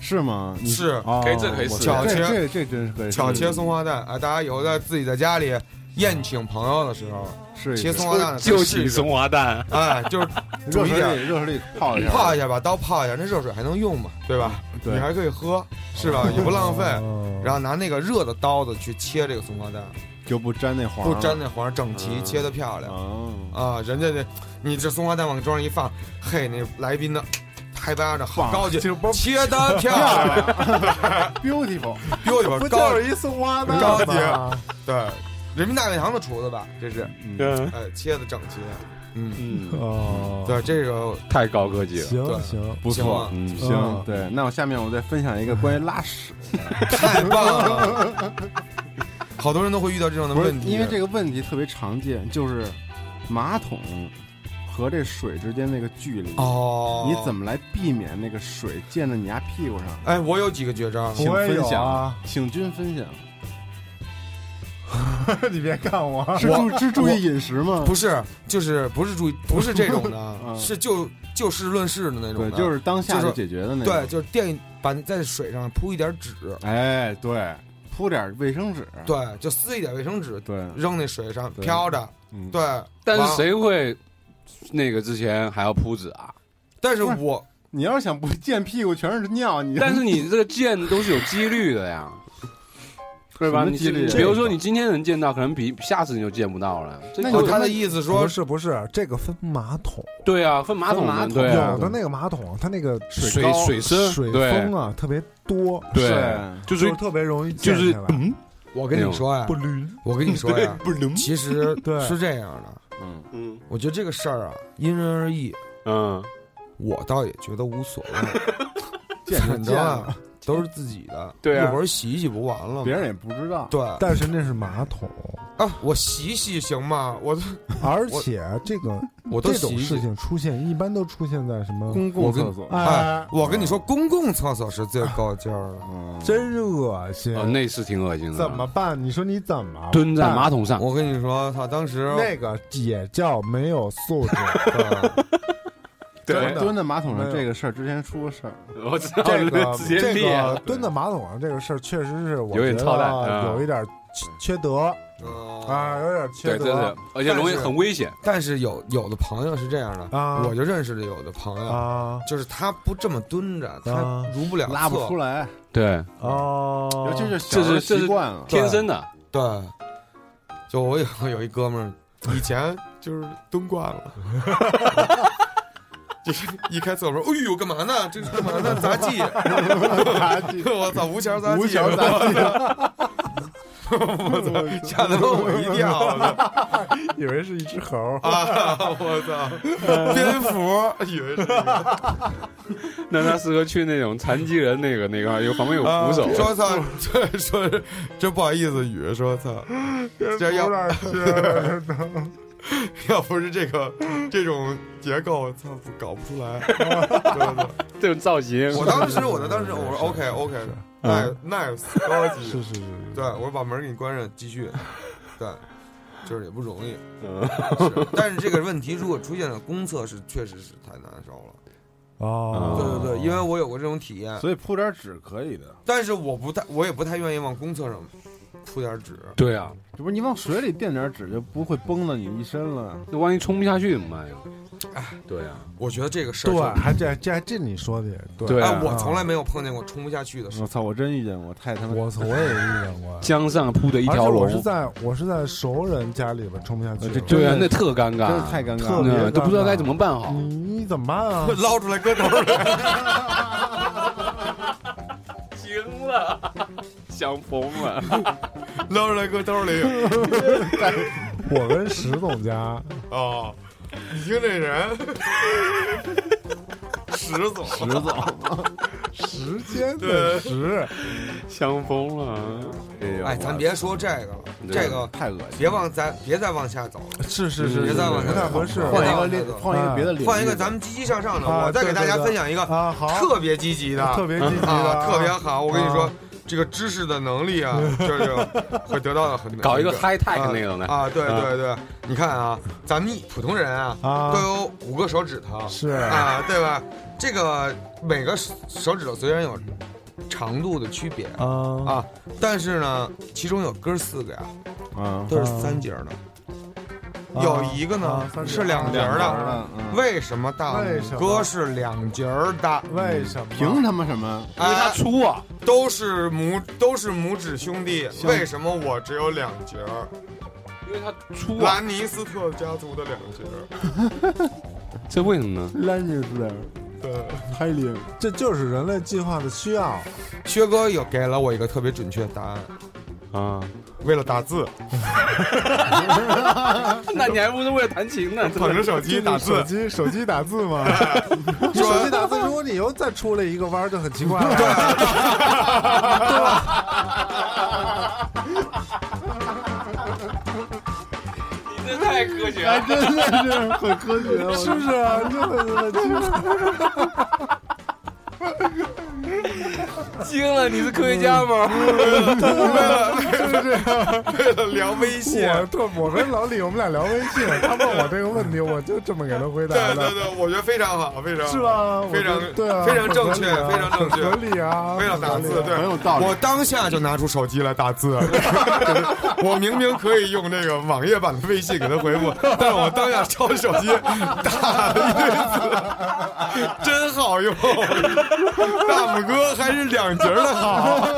是吗？ <laughs> 你
是
哦
可以这可以
我
试
这
巧切
这这真是可以试
巧切松花蛋啊！大家以后在自己在家里宴请朋友的时候，
试一试
切松花蛋的时候
就
试
请
一试
松花蛋，
哎，
<laughs>
就是
热
煮一
水
点，
里热水里泡一下，
泡一下，把刀泡一下，那热水还能用嘛，对吧？
嗯对
你还可以喝，是
<laughs>
吧？也不浪费。
哦
然后拿那个热的刀子去切这个松花蛋，
就不沾那黄，嗯
不沾那黄，整齐，切的漂亮
哦，
啊！人家这，你这松花蛋往桌上一放，嘿，那来宾的拍巴掌，好高级，切的漂亮，
beautiful，
比我这
哦
边
不
高
就是一松花蛋
高级
吗？
对，人民大会堂的厨子吧，这是，
嗯
哎，切的整齐，嗯，
嗯，
哦，
对，这个
太高科技了，
行
对
行，
不
行
错
吗，
嗯，
行，对，那我下面我再分享一个关于拉屎，
太棒了，
<laughs>
好
啊
多人都会遇到这种的
不是
问题，
因为这个问题特别常见，就是马桶和这水之间那个距离，
哦，
你怎
么？
么来避免那个水溅到你家屁股上？
哎，我有几个绝招，
请
我也
分
有
享，
啊，
请君分享。
<laughs> 你别看我，
是
我
注是注意饮食吗？
不是，就是不是注
<laughs>
意，不是这种的，
嗯
是就就事论事的那种
对，
的，
就是当下
就
就是解决的那
对，
种。
就是垫一把在水上铺一点纸，
哎，对，铺点卫生纸。
对，就撕一点卫生纸
对，
扔那水上
对
飘着，
嗯，
对。
但
完
是
了？
谁会那个之前还要铺纸啊？
但是
不是
我
你要是想不溅屁股全是尿，你
<laughs> 但是你这个溅都是有几率的呀，对吧？
什么
你
几率啊
你比如说你今天能见到，可能比下次你就见不到了。这
那
哦
你
他
他妈
的意思说
不，是不是，这个分马桶，
对啊，分马
分
桶
马
的
桶
对啊
有，的那个马桶它那个
水
高
水深
水
对
风啊特别多，
是
对，啊就
就是是特别容易
就
溅
是
起来。
嗯，
我跟你说呀，
灵，
我跟你说 <laughs>
啊
呀，
不灵。
其实
<laughs> 对
是这样的，
嗯，
嗯
我觉得这个事儿啊，因人而异。
嗯，
我倒也觉得无所
<laughs>
谓，
溅就
反
溅
正
了
啊，都是自己的，
<laughs> 对啊
一会儿洗一洗不完了吗？
别人也不知道。
对
但是那是马桶，
啊，我洗一洗行吗？我
<laughs>
都
而且这个
我都
这
洗
种
一
事
洗。
情出现一般都出现在什
嗯
么？
公
公
共
厕
厕所，
所，
哎，我跟你说，公共厕所是最高劲儿的。
嗯，
真恶心，
哦，那是挺恶心的。
怎么办？你说你怎么办
蹲在马？桶
啊
<laughs>
上？
我跟你说，他当时
那个也叫没有素
<laughs>
质，呃
对
对
真，的
蹲在马桶
没
上
有
这个事儿之前出过事儿，
我知道
这个
直接
这
裂了
个蹲在马桶上这个事儿，确实是我
有点
觉
操
得
蛋嗯
有一点缺缺德啊，有点缺
对，真
德
是，而且容易
但是
很危险。
呃但是有有的朋友是这样的，
啊
我就认识的有的朋友，
啊
就是他不这么蹲着，他
啊
如不了
拉不
厕
出来，
对，
哦，
尤其是
这
小时候
是这
习
是
惯 <laughs> 了。
天生的。
对，就我有有一哥们儿，以前就是蹲惯了， <laughs> 就是一开厕所说：“哎呦，干嘛呢？这是干嘛呢？杂技！ <laughs> 我操，无桥杂技！
无桥杂技
我操， <laughs> 吓得我一跳！我操
<laughs> 以为是一只猴儿，
啊！我
嗯
操，蝙蝠哎以为是
那他适合去那种残疾人那个那个， <laughs> 有旁边有扶手。
说操，这说真不好意思，雨说操，这要 <laughs> 要不是这个这种结构，我操，搞不出来。 <laughs> 对对。
这种造型，
我当时，我的当时，我说 OK OK 的
嗯
，nice，nice，高
是
<laughs>
级。
是是，
对，我说把门给你关上，继续。对，就是也不容易。
嗯
<laughs> 是但是这个问题如果出现在公厕是，确实是太难受了。
哦，
对对对，因为我有过这种体验，
<laughs> 所以铺点纸可以的，
但是我不太，我也不太愿意往公厕上铺点纸。
对啊，
这不是你往水里垫点纸就不会崩到你一身了。
那万一冲不下去怎么办呀？对啊，
我觉得这个事儿
对，
就，
还这这还这你说的也对，
对啊嗯
哎，我从来没有碰见过冲不下去的事
我。操，我真遇见过，太他妈
我操，我也遇见过。
江上铺 <laughs> 的一
而
条
且我
龙，
是在我是在熟人家里边冲不下
呃
去了，
这
对啊，
真的
那特尴尬，嗯
真是太尴
特
尬
别
了。
那都不知道该怎么办好。
你你怎么办
<laughs>
啊？
捞出来搁兜里，
惊了，想疯了。
捞出来搁兜里。
我跟石总家，
哦，你听这人，石总，
石总，
时间的时，
香疯了。
呦
哎，咱别说这个了，这个
太恶心，
别往咱别再往下走了，
是是是，
别再往
不
下
太合适。
换一
别
个
再往下走
另换一个别的领域
换一个咱们积极向上的，
啊
我再给大家
对对对
分享一个
啊，好，
特别积极的，
特别积极的
啊，
啊，
特别好。我跟你说
啊，
这个知识的能力啊，这就会得到很
搞一个
嗨
high tech 那种的，
啊，对对对，你看啊，咱们普通人啊，
啊
都有五个手指头，
是
啊，对吧？这个每个手手指头虽然有长度的区别
啊
啊，但是呢，其中有哥四个呀，
啊，
都是三节儿的，有一个呢
啊三节
是两节
两
儿
节
的。
儿的，嗯为
为什么大
为什
拇
么
哥是两节儿的？
为什么？
凭他妈什么？
因为它
哎，
粗啊，
都是拇都是拇指兄弟，为什么我只有两节儿？
因为它粗啊，
兰尼斯特家族的两节儿。
这为什么呢？
Lannister
对。
海领，
这就是人类进化的需要。
薛哥有给了我一个特别准确的答案，
啊，
为了打字，
那你还不是为了弹琴呢？
捧着手机打
手
字，
机手机打字吗？你手机
说
打字，如果你又再出了一个弯儿，就很奇怪了。
你这
太
太
科学
还
了。
真的是很科学，我
是不是啊？这很很
惊了，你是科学家吗？嗯为了聊微信，
我特我跟老李我们俩聊微信，他问我这个问题，我就这么给他回答
对对
的，
对，我觉得非常好，非常好
是？吧？
非常
我觉得对啊，
非常正确
很合理啊
非常正确为了
很合理啊，
打字，
很合理啊
很
对。
有道理。
我当下就拿出手机来打字， <laughs> 我明明可以用这个网页版的微信给他回复，但是我当下抄手机打了一堆字，真好用。大拇哥还是两截儿的好。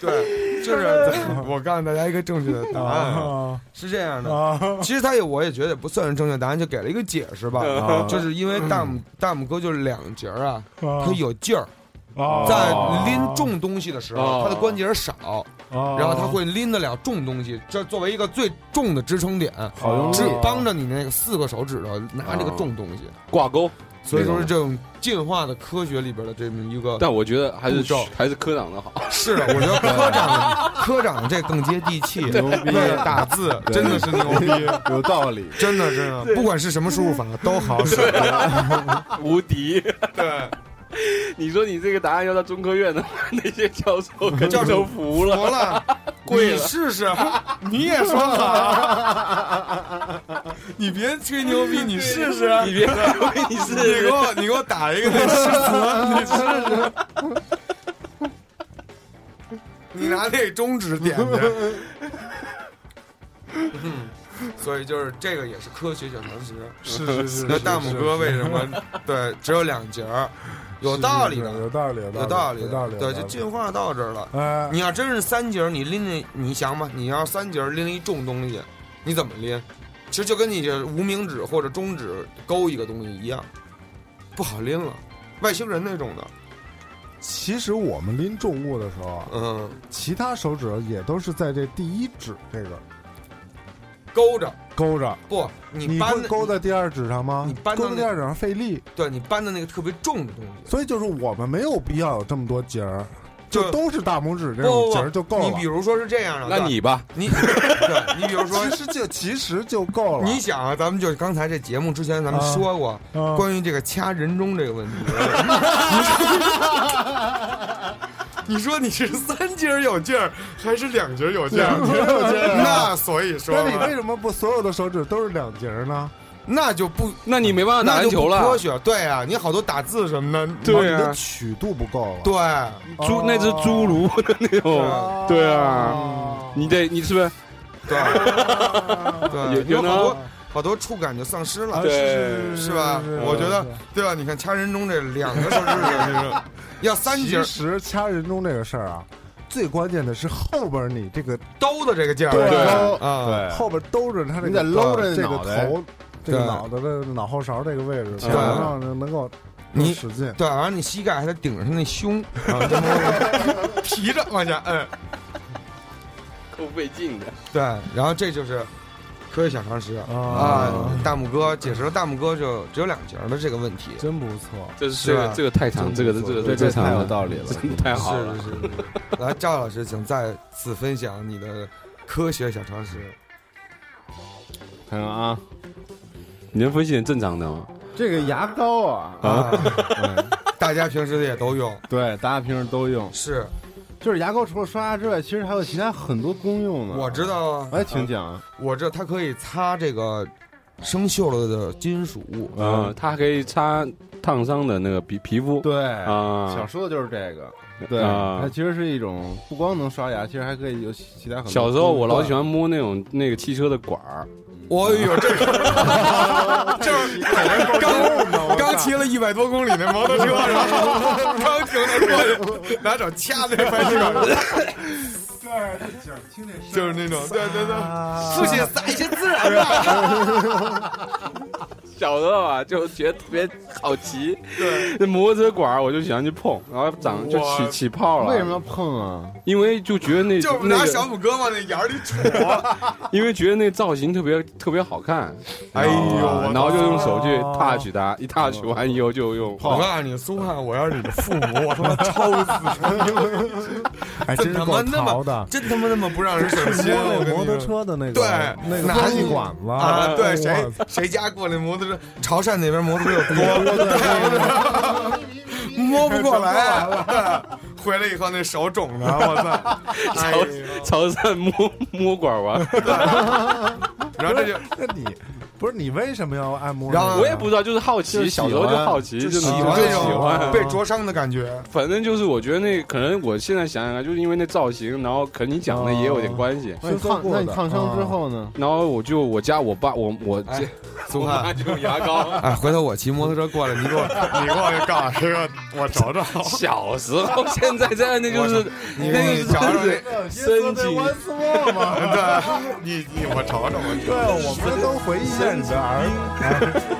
对，就是
哎
我告诉大家一个正确的答案，
啊
是这样的。
啊！
<laughs> 其实他也，我也觉得也不算是正确答案，就给了一个解释吧，
嗯
啊
就是因为大拇大拇哥就是两节儿啊，
啊
嗯
他有劲儿，
哦
啊
在拎重东西的时候，
哦
他的关节少，
啊
然后他会拎得了重东西，这作为一个最重的支撑点，
好用力
只帮着你那个四个手指头拿这个重东西，
哦
挂钩。
所以说是这种进化的科学里边的这么一个。
但我觉得还是
步骤
还是科长的好。
<laughs> 是的，我
<laughs>
觉得科长科长这更接地气，
牛逼
为了打字
对
真的是牛逼，
有道理。
真的真的，不管是什么输入法都好使。
无敌！
对。
<laughs> 你说你这个答案要到中科院的话， <laughs> 那些教授可
教授
服
<laughs> 服。了，
<laughs>
跪了
你试试， <laughs> 你也说好， <laughs> 你别吹牛逼，你试试，啊
你别以为你
你给
是
我你给我打一个那
<laughs>
诗词，你试试。你拿那中指点
<laughs>
去，嗯所以就是这个也是科学小常识。
是是是，
那
是
大拇哥为什么对只有两节儿？有道理的，
有道理，
有道
道
理
有
的，
道理，
对，就进化到这儿了。
哎
你要真是三节儿，你拎那，你想吧，你要三节儿拎一重东西，你怎么拎？其实就跟你这无名指或者中指勾一个东西一样，不好拎了。外星人那种的，
其实我们拎重物的时候啊，
嗯，
其他手指也都是在这第一指这个
勾着
勾着。
不，你
你
搬
会
的
勾在第二指上吗？
你搬到
勾
那
在第二指上费力，
对你搬的那个特别重的东西，
所以就是我们没有必要有这么多节儿，就
就
都是大拇指这
不
种
不
节
不
儿就够
你
了
比。如说是这样的，
那你吧，
你 <laughs> 对你比如说，
其实就其实就够了。
你想啊，咱们就刚才这节目之前咱们
啊
说过，
啊
关于这个掐人中这个
<laughs>
问题，你说你是三节儿有劲儿还是两节儿有劲
<laughs>
儿？
两节儿有劲儿啊
那所以说
那你
嘛
为，什么不所有的手指都是两节儿呢？
那就不
那你没办法啊打
那
篮
就
球
不科
了。
学。对啊，你好多打字什么的，
对
哦你
啊
的曲度不够了。
对，啊
猪那只侏儒的那种，
哦，
对啊你得你是不是？
对对，
有有
有
呢
好多好多触感就丧失了
啊，
对
是
是吧？我觉得对吧？你看掐人中这两个手
<laughs>
指头你说，要三节
其
儿
实掐人中这个事儿啊，最关键的是后边你这个
兜的这个劲儿，
对
对
啊，
对
后边兜着他这个，
你得搂着
这个
脑袋
头，这个
对
脑袋的脑后勺这个位置，
对
能让人能够
你
使劲。
对，然后你膝盖还得顶着他那胸，啊，这么 <laughs> 提着往下嗯摁，
够费劲的。
对，然后这就是科学小常识啊。大拇哥解释了大拇哥就只有两节儿的这个问题，
真不错，
这
是
是这
吧
个这个太长，这个这个
对
这
这
个长
太有
了，
道理了。
真的太好了
是。是是。是来，赵老师，请再次分享你的科学小常识。
看看啊，你能分析点正常的吗？
这个牙膏啊，
啊，嗯大家平时也都用，
对，大家平时都用。
是
就是牙膏除了刷牙之外，其实还有其他很多功用呢。
我知，道啊，
哎，请讲啊。
我这它可以擦这个生锈了的金属物，
嗯，它还可以擦烫伤的那个皮皮肤。
对，小
啊，
说的就是这个。对，
啊
它其实是一种不光能刷牙，其实还可以有其其他很多。
小时候我老喜欢摸那种那个汽车的管儿，
我有这个，就是刚刚骑了一百多公里那摩托车，然后刚停那车就拿手掐那排气管，就是那种，对对对，父亲撒一些孜然吧，
小时候啊，就觉得特别好奇，对，那摩托车管儿我就喜欢去碰，然后长就起起泡了。
为什么要？碰啊？
因为就觉得那
<laughs> 就是
那
拿
个
小拇哥往那眼儿里杵。
因为觉得那造型特别特别好看，
哎呦我
然后就用手去
操
touch 它，一 touch 完以后就用哦
我
泡。
告诉你，苏汉，我要是你的父母，我他妈抽死 <laughs>
哎，真是
怎
够
么那么
淘的
你！。真他妈那么不让人省心！啊我跟
摸那摩
你
托
说。
车的那个
对
那个
拿
风
你
气管子
啊，对，谁
我操
谁家过来摩托车？潮汕那边摩托车有多，对摸不过来。对回来以后那手肿的，我操！
<laughs>
哎
潮
呦
潮汕摸摸管玩，
然后这就
那你不是你为什么要按摩呢？
然后
我也不知道，就是好
就
奇，
是喜
小
欢
时候就好奇，就
啊喜
是
欢啊
就
那
喜欢
种。被灼伤的感觉。
反正就是我觉得那可能我现在想想，就是因为那造型，然后可能你讲的也有点关系。
那你
做
烫
过
那
的
你烫
啊
伤之后呢？
然后我就我家我爸我我
哎
这
苏
<laughs> 我妈
汉，
就用牙膏。
哎，回头我骑摩托车过来，你给我， <laughs> 你给我告诉一个，我瞅 <laughs> 瞅，
小时候，现在真的就是
你
那
你
个
瞧
真
瞧
是身体。
错吗？
对，你你我瞅瞅，我
对，我们都回忆一下你的儿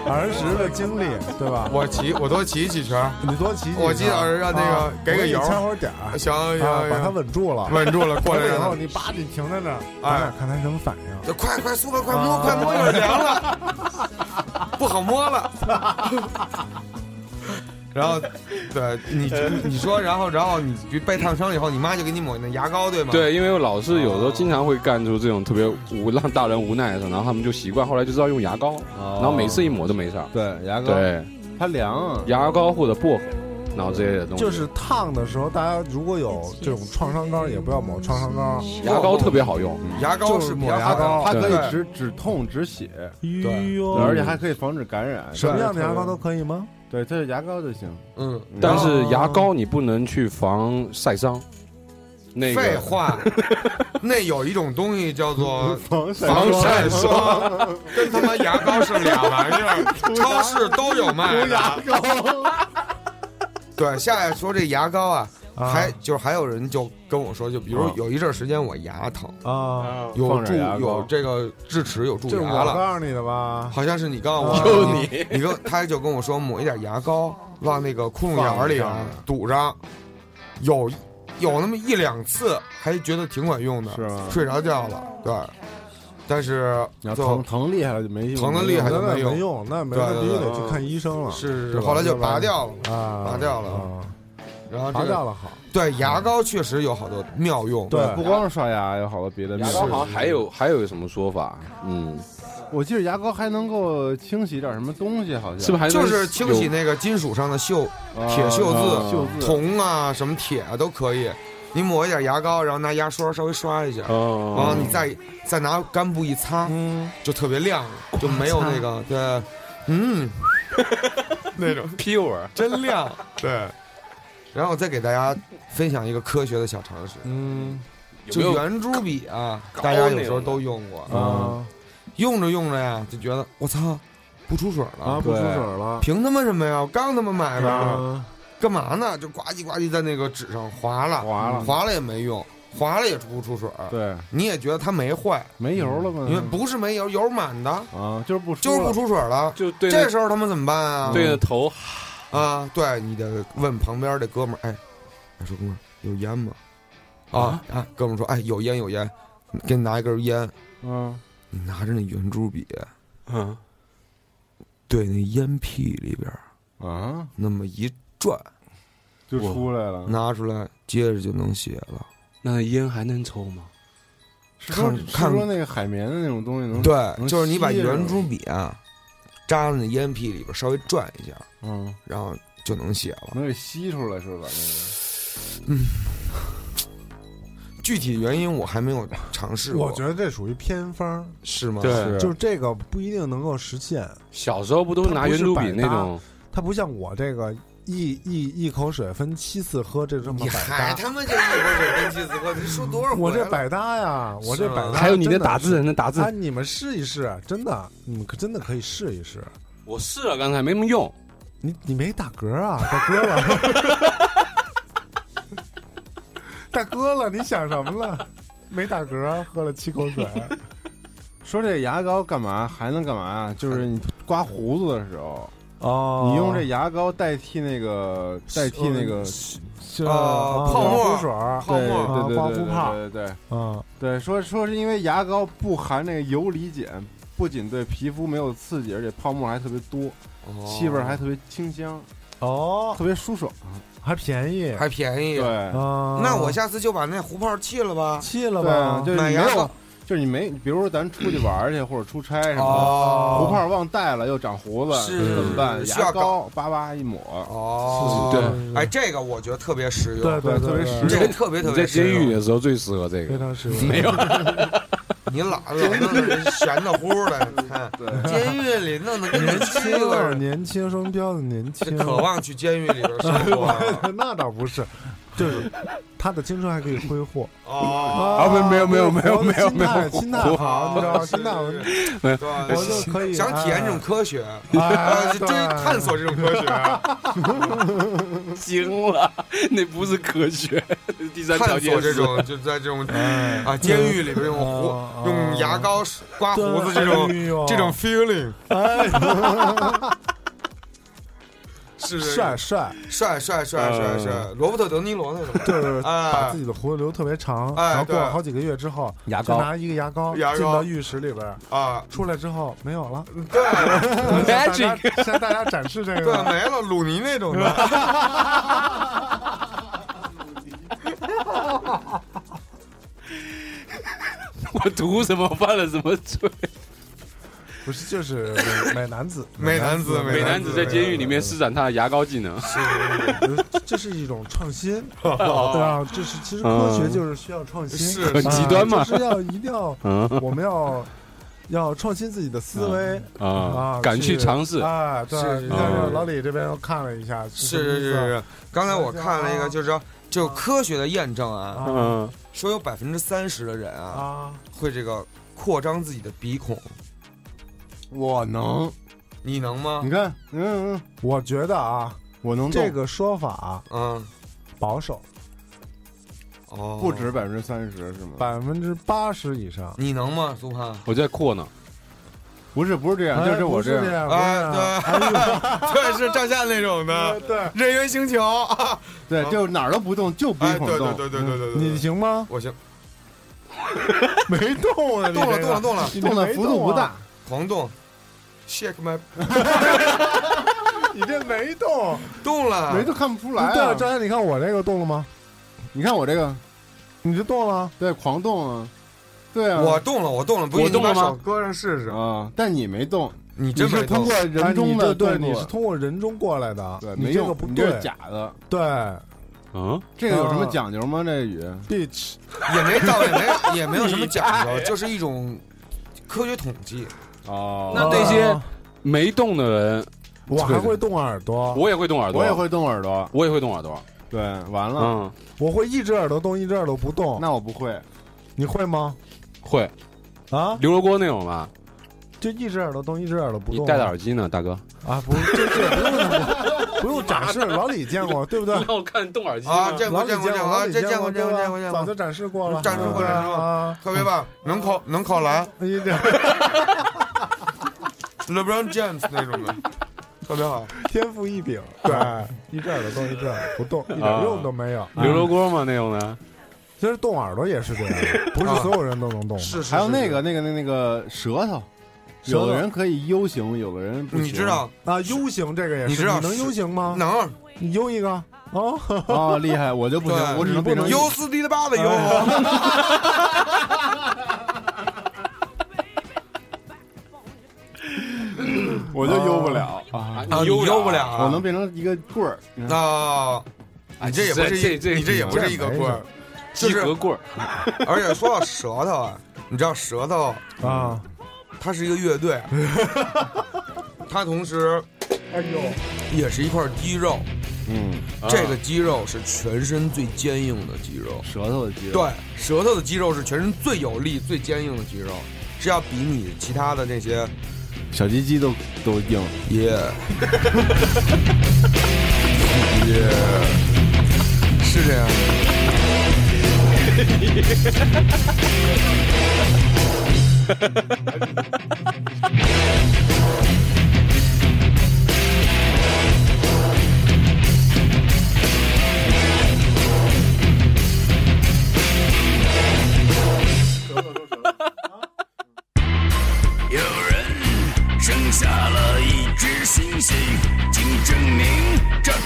儿儿时的经历，对吧？
我骑我多骑几圈。
你多骑几
我记得
趟
是让那个
啊
给个
我你
油
掐会儿点儿，
行
啊
行
把它
行，
稳住了。
稳住了，过来
以
让 <laughs>
后
他。
你叭，你停在那儿，
哎
咱俩看他什么反应。
就快快苏哥，快摸，
啊
快摸，有点凉了， <laughs> 不好摸了。然后，对你你说，然后然后你被烫伤以后，你妈就给你抹那牙膏，对吗？，
<laughs> 对，因为我老是有时候经常会干出这种特别无让大人无奈的事，然后他们就习惯，后来就知道用牙膏，然后每次一抹都没事儿。
对
嗯
牙膏，
对，
它凉啊。
牙膏或者薄荷，然后这些东西。
就是烫的时候，大家如果有这种创伤膏，也不要抹创伤膏。
牙膏特别好用，
牙膏
就是
是
抹牙膏
它可
对
以止止痛止血，
对，
嗯
而且还可以防止感染。
什么样的牙膏都可以吗？
对，它是牙膏就行。
嗯，
但是牙膏你不能去防晒伤。那个
废话，那有一种东西叫 <laughs> 做
防晒
防晒 <laughs> 霜，跟他妈牙膏是俩玩意儿，超市都有卖的。 <laughs> 对，下来说这牙膏啊，
啊
还就是还有人就跟我说，就比如
啊
有一阵儿时间我牙疼，
啊，
有
放
蛀
点牙膏
有这个智齿有蛀
就是我
牙了，
告诉你的吧。
好像是你告诉我，
啊
就你你跟他就跟我说抹一点牙膏往那个窟窿眼儿里啊
放一下
堵上，有有那么一两次还觉得挺管用的，
是吗？
睡着觉了，对，但是
你要
就
疼疼厉害了就没用，
疼得厉害啊
那
就没
那
用
没用，那没
对
那必须
对
得去看医生了。
是
对吧
后来就拔掉了嘛，
啊，
拔掉了
啊，
然后这
拔
个
掉了好。
对牙膏确实有好多妙用，
对
不光是刷牙，有好多别的。
牙膏好像还，有还有什么说法？嗯，
我记得牙膏还能够清洗点什么东西，好像
是不是还
就是清洗那个金属上的锈、
啊
铁锈
啊锈
渍、
渍
铜啊、什么铁啊都可以。你抹一点牙膏，然后拿牙刷稍微刷一下，然后
哦
啊你再再拿干布一擦，
嗯，
就特别亮，就没有那个对，嗯， <laughs> 那种
pure
真亮，对。然后我再给大家分享一个科学的小常识，
嗯
有没
就
有
圆珠笔啊，
高
大家有
那
时
种
候
的
都用过，
啊
用着用着呀，就觉得我操，不出水了，
啊，不出水了。
凭他妈什么呀？我刚他妈买的，
啊
干嘛呢？就呱唧呱唧在那个纸上划了，
划了
划了也没用，划了也不出水。
对
你也觉得它没坏，
没油了吗？
嗯因为不是没油，油满的，
啊，就是不
就是不
出
出水了。
就对
这
那
时候他们怎么办啊？
对着头
啊，对，你得问旁边这哥们儿，哎，哎说哥们儿有烟吗？啊啊，哥们儿说，哎，有烟有烟，给你拿一根烟，
了嗯，
你拿着那圆珠笔
嗯，
对那烟屁里边儿
啊，
那么一转，
就出来了。
拿出来接着就能写了。
那烟还能抽吗？
是说
看
是
看
说那个海绵的那种东西能，
对，
嗯能
就是你把
吸着
圆珠笔啊扎在那烟屁里边，稍微转一下，
嗯，
然后就能写了。
能给吸出来是吧？
具体原因我还没有尝试过，
我觉得这属于偏方，
是吗？
那个，
就是这个不一定能够实现。
小时候不都是拿圆珠笔那种？
它不像我这个一一一口水分七次喝这这么
你还
百搭。
他妈就一会水跟气死喝，你说多少回了？
我这百搭呀，我这
是吗
百搭真是。
还有你的打字，人的打字
哎
啊，，你们试一试，真的，你们可真的可以试一试。
我试了刚才没什么用。
你你没打嗝啊，大哥了， <laughs> 大哥了，你想什么了？没打嗝，喝了七口水，
啊说这牙膏干嘛还能干嘛呀？就是你刮胡子的时候，
哦，
你用这牙膏代替那个代替那个
这
啊泡沫
水儿
泡沫
对对对
啊刮
对
胡泡
对对对
啊，
对，说说是因为牙膏不含那个游离碱，不仅对皮肤没有刺激，而且泡沫还特别多，气味还特别清香，
哦，
特别舒爽。
还便宜
哦还便宜
对，。
啊，
那我下次就把那胡泡弃了吧。
气了
对
吧
啊，？就是
买
你没
牙
有
膏，
就是你没，比如说咱出去玩儿去或者出差什么的，
哦
胡泡忘带了又长胡子，
是
怎么办？
需要
牙膏叭叭一抹，
哦，
对
哎，这个我觉得特别实用，
对对，
特别
对
实
这
用
个啊特别特
你
别
在监
实用
狱里的啊时候最适合这
非 <laughs>
个，
常实用。没有
你老老弄得悬的乎的，
<laughs>
你看
对，
监狱里弄得跟
年
个鸡
轻
巴
啊，
似的，
年轻，说明标的年
这
轻。
渴望去监狱里边生活
<laughs> 那倒不是，就是他的青春还可以挥霍。
哦。
啊
没有没有没有没有没有没有
心态心态好，你知道
<laughs>
吗？
是
心态好，
没有
对
我就可以
想体验这种科学，
啊
<laughs> 呃，追探索这种科学，啊
<laughs>
<laughs>
惊了，那不是科学，第三条
探
件
索这
是
种就在这
<laughs>
种
哎
啊监狱里边用
啊啊
胡用牙膏刮胡子这
哎
种这种 feeling，是是
帅帅，嗯
帅帅帅帅帅，罗伯特·德尼罗那种，
就是
哎
把自己的胡子留特别长，
哎
然后过
对
了好几个月之后，
牙
就
膏
拿一个牙膏
牙膏
进到浴室里边，
啊，
出来之后没有了。
对。
向大家向大家展示这
对，
个。
没了，鲁尼那种
<laughs>
的。
我图什么犯了什么罪？
不是，就是美美男子，
美男子
美
美
男子在监狱里面施展他的牙膏技
<laughs>
能，
呃这是一种创新，对啊，这是其实科学就是需要创新，
哦是
很极端嘛
啊就是要一定要
嗯
我们要要创新自己的思维
啊
啊，，
敢去尝试，
啊！对，
是
你
是
看
是
老李这边又看了一下，
是是是
什么意思
是，刚才我看了一个，就是说，就科学的验证啊，
啊
嗯，
说有百分之三十的人啊
啊，
会这个扩张自己的鼻孔，
我能，
你能吗
你？看，嗯嗯，
我觉得啊，
我能动
这个说法
嗯，
保守，
哦，
不止，百分之三十是吗？
百分之八十以上。
你能吗，苏潘？
我在扩呢，
不是不是这样，就是我
哎不是
这
这
样，
样，不
啊，
是这样
对，对，是上下那种
<laughs>
的，
对，
人猿星球，啊
对，就哪儿都不动，就鼻
<laughs> 哎，
孔
对对
动。
对对对对
<laughs>
对，
你行吗？
我行，
没动啊，你
动了
这个
动了动了，
你这
动的
没
幅度不
啊
大，
狂动，shake my， <laughs>
你这没动，
动了，
没都看不出来
对啊，
啊。
张岩，你看我这个动了吗？
你看我这个，
你就动了，
对，狂动啊，对啊，
我动了，我动了，不信
我动
你把
了吗
手搁上试试。
啊，但你没动，
你
你
真没
是通
动
过啊
哎
人
你
中
这
的
对，
动
你是
作
通过人中过来的，
对，
你
没
这
用
个不
你这
对
是，假的。
对
嗯，
这个有什么讲究吗？这语
，bitch，
也没到，也没也没有什么讲究，就是一种科学统计。
哦
那这些没动的人，
我还会动耳朵，
我也会动耳朵，
啊我也，会动耳朵，
我也会动耳朵，
对，完了，
嗯，
我会一只耳朵动，一只耳朵不动，
那我不会，
你会吗？
会
啊，
刘罗锅那种吧，
就一只耳朵动，一只耳朵不
你
动吗，
戴着耳机呢，大哥，
啊，不，这这不用那么不用展示，老李见过对不对？
<laughs> 让我看动耳机
啊
吗
这见过
老李
见过见过
见老李
这见
过
过见过见过
对吧
见过
早就展示过了，
展示过
对
展示过
啊，
特别棒，能扣能扣篮
你这
，LeBron James 那种的，特别好。
天赋异 <laughs> 禀，对，一只耳朵动，一只耳朵不动，一
啊
点用都没有。
刘罗锅嘛那种的，
其实动耳朵也是这样，不
啊
是所有人都能动。
是，是
还有那个那个那那个舌头，
舌头
有的人可以 U 型，有的人不行
你知道
啊，U 型这个也是，
你
你
知道
能
是
U 型吗？
能
你 U 一个啊，
啊，厉害，我就不
对
行，我只能变成
有斯迪的巴的有，
我就 U 不了啊，
啊你悠不了啊，
我能变哎成一个棍儿，你看
啊。你这也不是
这
一，
这
你这也不是一个棍儿，就
鸡
是
壳棍儿，
而且说到舌头啊，你知道舌头
啊，
它是一个乐
<laughs>
队，它同时
哎呦，
也是一块肌肉，
嗯，
这个肌肉是全身最坚硬的肌肉。
舌头的肌肉，
对，舌头的肌肉是全身最有力、最坚硬的肌肉，是要比你其他的那些
小鸡鸡都都硬，
耶 <laughs> 耶，是这样的。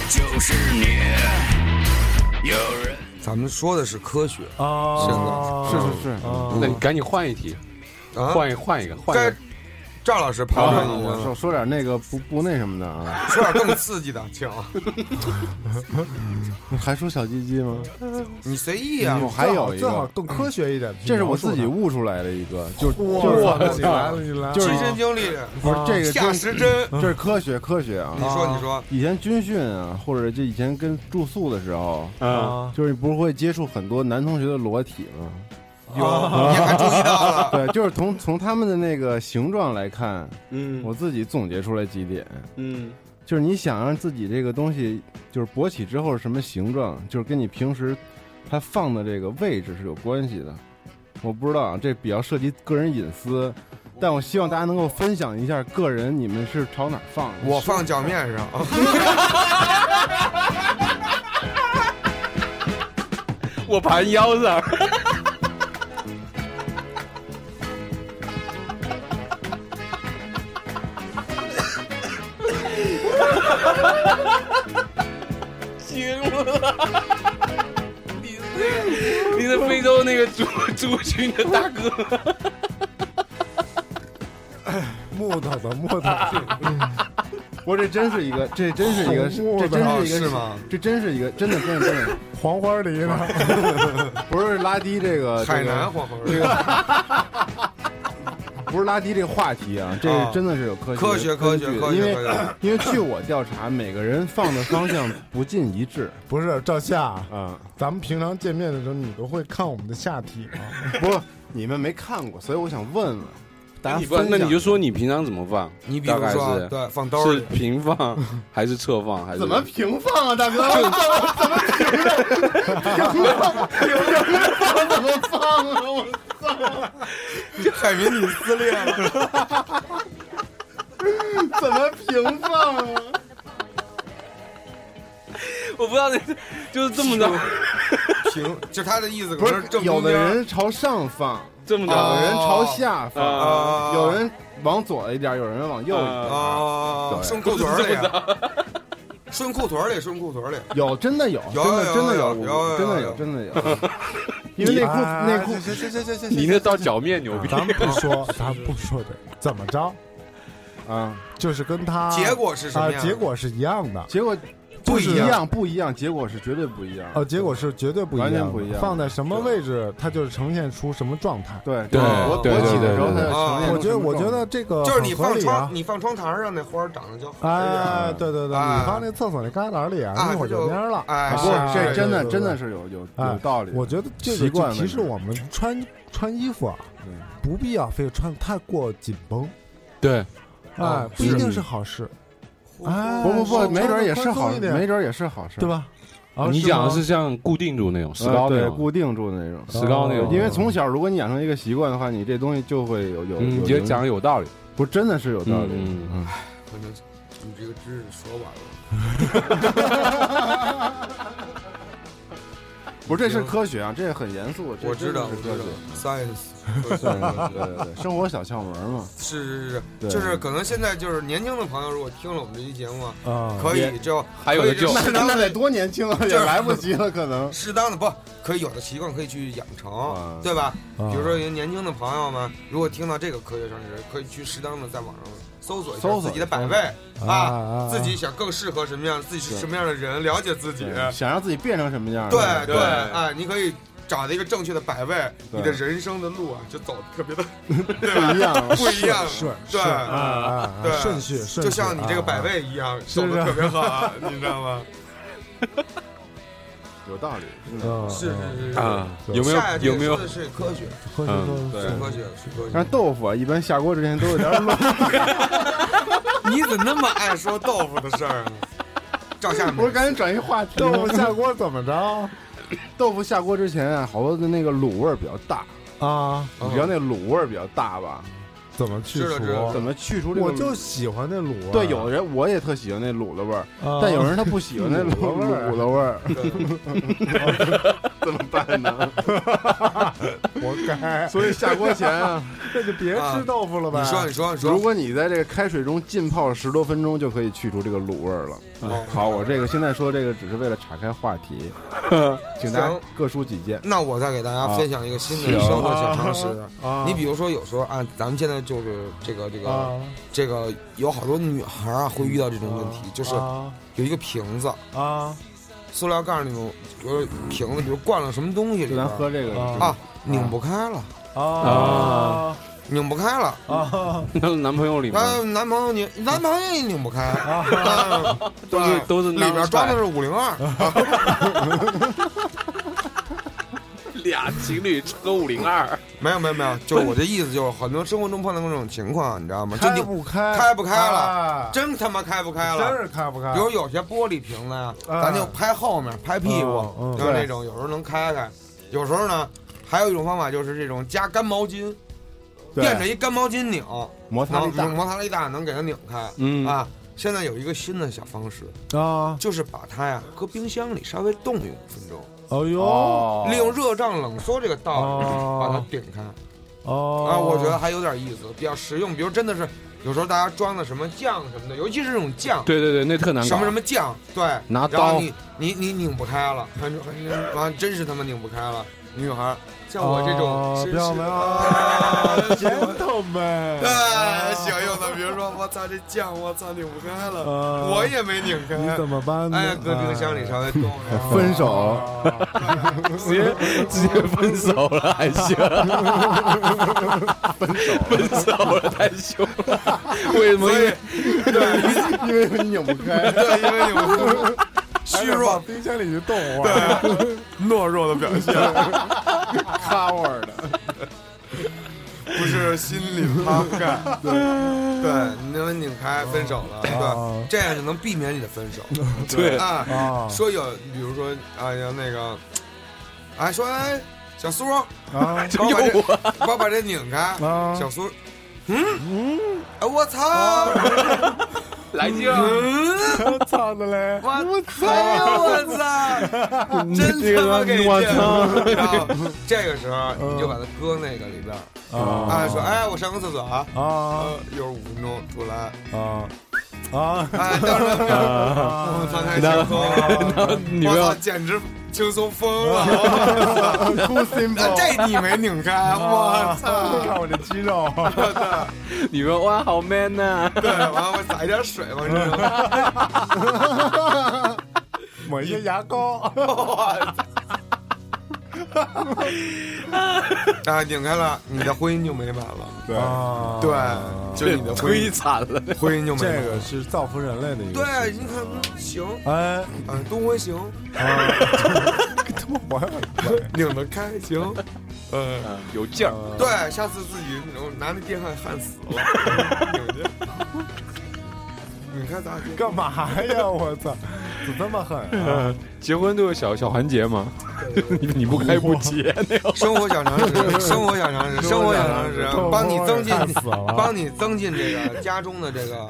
就是你。有人
咱们说的是科学
啊，
是是是，
那你赶紧换一题，
啊。
换一换一个，换一
该
个。
赵老师
啊
旁边已
我
经
说说点那个不不那什么的啊，
说点更刺激的，请
还说小鸡鸡吗？
你随意啊
我。还有一
最
个，
好更科学一点。
这是我自己悟出来的一个，就是就是
哇，你
啊
来了，你来了，
就是
亲身经历，
不是这个
下
真
时针。
这是科学科学啊
你。说，你说，
以前军训啊，或者这以前跟住宿的时候，
嗯，
啊
就是不是会接触很多男同学的裸体吗？
哟，你还注意到了？
<laughs> 对，就是从从他们的那个形状来看，
嗯
我自己总结出来几点，
嗯
就是你想让自己这个东西就是勃起之后是什么形状，就是跟你平时它放的这个位置是有关系的。我不知道啊，这比较涉及个人隐私，但我希望大家能够分享一下个人你们是朝哪儿放的。
我放脚面上，
我盘腰上。惊了！你是 <laughs> 你是非洲那个族族群的大哥，
木头的木头的，
不是，这真是一个，这真是一个，
好污
这真
哦
是一
是
个，
吗？
这真是一个，真的真的真的，
黄花梨呢？ <laughs>
不是拉低这个
海
这个
南黄花
这个不是拉低这个话题啊，这
啊
真的是有科学
科学科
根
学
据的
科学
因为
科学，
<clears throat> 因为据我调查，每个人放的方向不尽一致
不是赵夏，
啊，
咱们平常见面的时候，你都会看我们的下体
<laughs>
吗？
不，你们没看过，所以我想问问大家
你不
分享
那你就说你平常怎么放？
你比
大
如
概
说，啊
是
对，放兜
是
<laughs> 里，
平放还是侧放还是
怎么平放啊，大哥， <laughs> 怎么怎么平放？平放怎么放啊？我
海明你撕裂了，
怎么平放啊？
我不知道那是就是这么着
平，就他的意思
不
可能
是
正，
有
中
的
间
人朝上放，
这么
有的
着
人朝下放，
啊
有人往左一点，有人往右一点。
啊，
对
顺裤腿儿里啊，顺裤腿儿里，顺裤腿儿里，
有，真的有，
有
真的
有
真的
有有有
我真的
有
真的有，因为内裤
啊
内裤
行行行行行
你那到脚面牛逼，
咱们不说，咱们不说这，怎么着，
啊，
就是跟他
结果是什
啊
么，样？
结果是一样的。
结果
不
就是
一
一
样，
样不一样，结果是绝对不一样。
哦，结果是绝对不一样的，
完全不一样
放在什么位置，它就是呈现出什么状态。
对
对
我
对
勃
对
起的
对
时候，它
对对
呈现
我
出
觉
什
得，
么
我觉
状态
得这个
就是你
很合
放
理啊
窗，。你放窗台上那花儿长得就好
哎，对对对，
哎
你放那厕所那旮旯里啊，
啊
那会儿
这就
就蔫儿了。
哎
不
是
是这真的
对对对
真的是有有有
哎
道理。
我觉得这
习
个
惯
就
了
提示我们穿穿衣服啊，不必要非得穿得太过紧绷，
对，
哎，不一定是好事。哎，
不不不，
穿得
没准儿也是
宽松
好
一
事，
点
没准儿也是好事，
对？吧？啊
你讲的
吗
是像固定住那种石
呃
膏那
对，
种，
固定住那种。
石膏那种，
哦
因为从小，如果你养成一个习惯的话，你这东西就会有有。有
嗯，你觉
影
得
响
讲的有道理，
不真的是有道理。
嗯
嗯，
可能你这个知识说完了，
不是，这是科学啊，这很严肃。这
我知道，
真
我
的是
知
科
道
学。
，science 科
对
学。
<laughs> 对对对，生活小窍门嘛，
是是是
对
就是可能现在就是年轻的朋友，如果听了我们这期节目啊，
啊，
可以
也
就
还有的
可以就
<laughs>
救
那
适
那
当
那
的
得多年轻啊，
是
也来不及了，可能。
适当的不可以有的习惯可以去养成
啊，
对吧？
啊
比如说，有些年轻的朋友们，如果听到这个科学常识，可以去适当的在网上搜索一下
搜索
自己的百位
啊
啊，
啊
自己想更适合什么样，自己是
对
什么样的人，了解自己。
对想 <laughs> 让自己啊变成什么样儿？
对
对
对，哎，你可以找到一个正确的百位，
对
你的人生的路啊，就走的特别的 <laughs>
不一样。
不一样，
顺
对
顺啊啊啊
对
顺序顺序，
就像你这个百
啊
位一样，走
是不是
的特别好，啊你知道吗？
有道理，真的。
啊，
是
啊
是是
啊，
对
有没
嗯
有
下一个
有没有 <laughs>
说的是科学，
科学
嗯
科
是
学
科学，是科
但
学
是。豆腐啊，一般下锅之前都有点 <laughs> 儿冷。
你怎么那么爱说豆腐的事儿呢？赵夏
我
明，
赶紧转移话题。
豆腐下锅怎么着
豆腐下锅之前啊，好多的那个卤味儿比较大，
啊？
你知道那卤味儿比较大吧？
怎么去
知道知道
除
怎？么去除这个？
我就喜欢那卤味儿。
对，有的人我也特喜欢那卤的味儿，
啊，
但有人他不喜欢那哦卤
卤的味儿
卤的味儿，
对
<laughs> 怎么办呢？
活该，
所以下锅前啊，
那就别吃豆腐了呗。
你说你说你
如
说，
果你在这个开水中浸泡十多分钟，就可以去除这个卤味儿了。
哦
好，我这个现在说这个只是为了岔开话 <laughs> 题，请大家
行
各抒己见。
那我再给大家分享一个新的
啊
生活小常识。
啊，
你比如说，有时候啊，咱们现在就是这个这个、
啊，
这个，有好多女孩啊会遇到这种问题，就是
啊
有一个瓶子，
啊
塑料盖儿那种，比如瓶子，比如灌了什么东西里
就
边
咱
儿
喝这个
啊
啊，拧不开了，
啊
拧不开了。
啊
那男朋友里面
然后男朋友拧，男朋友也拧不开，啊
都是
对
都是
里
那样
边装的是五零二，
啊
俩情侣喝五零二，
没有没有没有，就是我这意思，就是很多生活中碰到过这种情况，你知道吗？就
开
拧
不开？
开不开了
哎
真他妈开不开
真
了。
是开不开？
比如有些玻璃瓶子呀，
啊
咱就拍后面，拍屁股
嗯，嗯
就是那种有时候能开开，有时候呢，还有一种方法就是这种加干毛巾，垫着
对
一干毛巾拧，
摩擦力
啊能
大，
摩擦力大能给它拧开
嗯
啊。现在有一个新的小方式，
啊，
就是把它呀搁冰箱里稍微冻一五分钟，
哎呦，
哦
利用热胀冷缩这个道理
哦
把它顶开
哦
啊，我觉得还有点意思，比较实用。比如真的是有时候大家装的什么酱什么的，尤其是这种酱，
<laughs> 对对对，那特难搞。
什么什么酱，对，然
拿
后
刀
你你你拧不开了，反正完真是他妈拧不开了，女孩儿像我这种
哦
绅士，
漂亮
<laughs>
啊哎喜欢
，gentleman，
对，喜欢用的，比如说我操这酱，我操拧不开了，
呃
啊
我也没拧开，
你怎么办呢？
哎，搁冰箱里稍微冻着，
分
<laughs>
手，
直接直接分手了还 <laughs> 行，分手分手了太凶了， <laughs> 为什么
所以
因为
对，
因为你拧不
<laughs>
开。
对，因为你们
哎
虚
呀
弱
往冰箱里去冻会
啊
儿，
懦弱的表现，
coward 的，
不是心里趴不
<laughs>
盖，对，对，你能拧开分手了，对吧
哦，
这样就能避免你的分手，
对哦
啊，
啊
说有，比如说啊，要那个，哎，说哎，小苏，
啊
<laughs> 帮我把这，帮我把这拧开。
啊
小苏，嗯嗯，哎，我操， <laughs>
来劲儿，
嗯，
我操的嘞！
我操，我 <laughs> 操，真他妈给劲！然后这个时候你就把它搁那个里边儿，
啊
哎，说哎，我上个厕所啊，
啊
呃，一会儿五分钟出来，
啊啊！
哎，到时候
啊，
我操，太轻松了，
女朋
我
友
操，简直轻松疯了，我操。 <laughs>
Too simple
那这你没拧开，我操！
看我这肌
<laughs>
肉，
女朋友哇好 man 呐，
对，完了我撒一点水往这上，
抹一些牙膏。
啊，拧开了，你的婚姻就美满了。
对
啊
对，就你的婚
忒
姻，
惨了，
婚姻就美
这
满
个
了。
是造福人类的一个。
对，你看，嗯行，
哎，
啊，东婚行，
他妈我还
拧得开，行。呃，
啊有劲儿，
对，下次自己拿那电焊焊死了，嗯拧去。你看咋地？
干嘛呀？我操，怎么这么狠啊？
<laughs> 结婚都有小小环节嘛，你 <laughs> 你不开不结那种，
生活小常识， <laughs> 生活小常识，生活小常识，啊帮你增进
太死了，
帮你增进这个家中的这个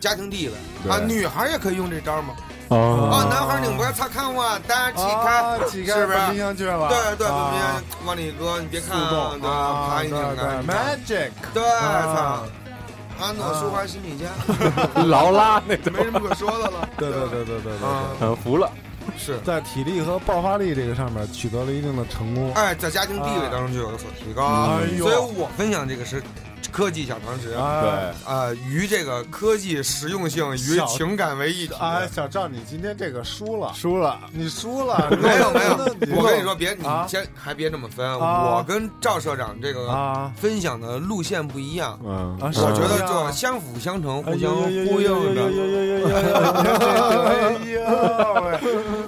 家庭地位啊。女孩也可以用这招嘛。
哦，
啊，男孩拧不开，擦看我，大家起
啊
开，
起开，
是不
把冰
是？
箱去了。
对对，
啊
对，往里搁，你别看
互
啊，
动
对，啪一拧开，你看
，Magic，
对，啊操，啊安诺舒华新 <laughs> 米家，
劳拉那种，
没什么可说的 <laughs> 了。
对对对对对对，
啊，
呃服了，
是，
在体力和爆发力这个上面取得了一定的成功。
哎，在家庭地位当中就有所提高啊
哎，呦
所以我分享这个是科技小常识。
哎，
对，
啊，于这个科技实用性与
小
情感为一体。
哎，小赵，你今天这个输了，
输了，
你输了，
没有没有，
<laughs> 那
我跟你说，别你
啊
先还别这么分，
啊
我跟赵社长这个
啊
分享的路线不一样，
嗯，
啊，哎
我觉得就相辅相成，互相呼应着。
着。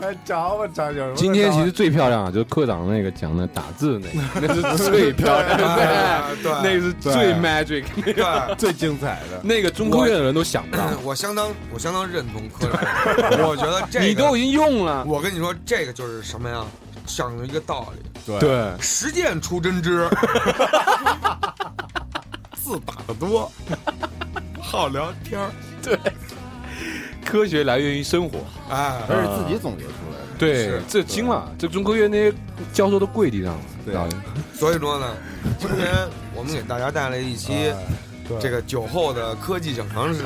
哎，找我找有
今天其实最漂亮啊，就是科长那个讲的打字那个，那是最漂亮的，
哎
<laughs> 那
对
个是最 magic，
对，
最精彩的，
那个中科院的人都想不到，
<laughs> 我相当我相当认同科
<laughs>
长，我觉得这个
你都已经用了，
我跟你说，这个就是什么呀？讲的一
哎
个道理，
对，
对，
实践出真知。字打得多，好聊天儿。
科学来源于生活，
哎，
而是自己总结出来的。
对
是，
这惊了，这中科院那些教授都跪地上了，
对
啊，
所以说呢，今天我们给大家带来一
哎
期
对
这个酒后的科技小常识，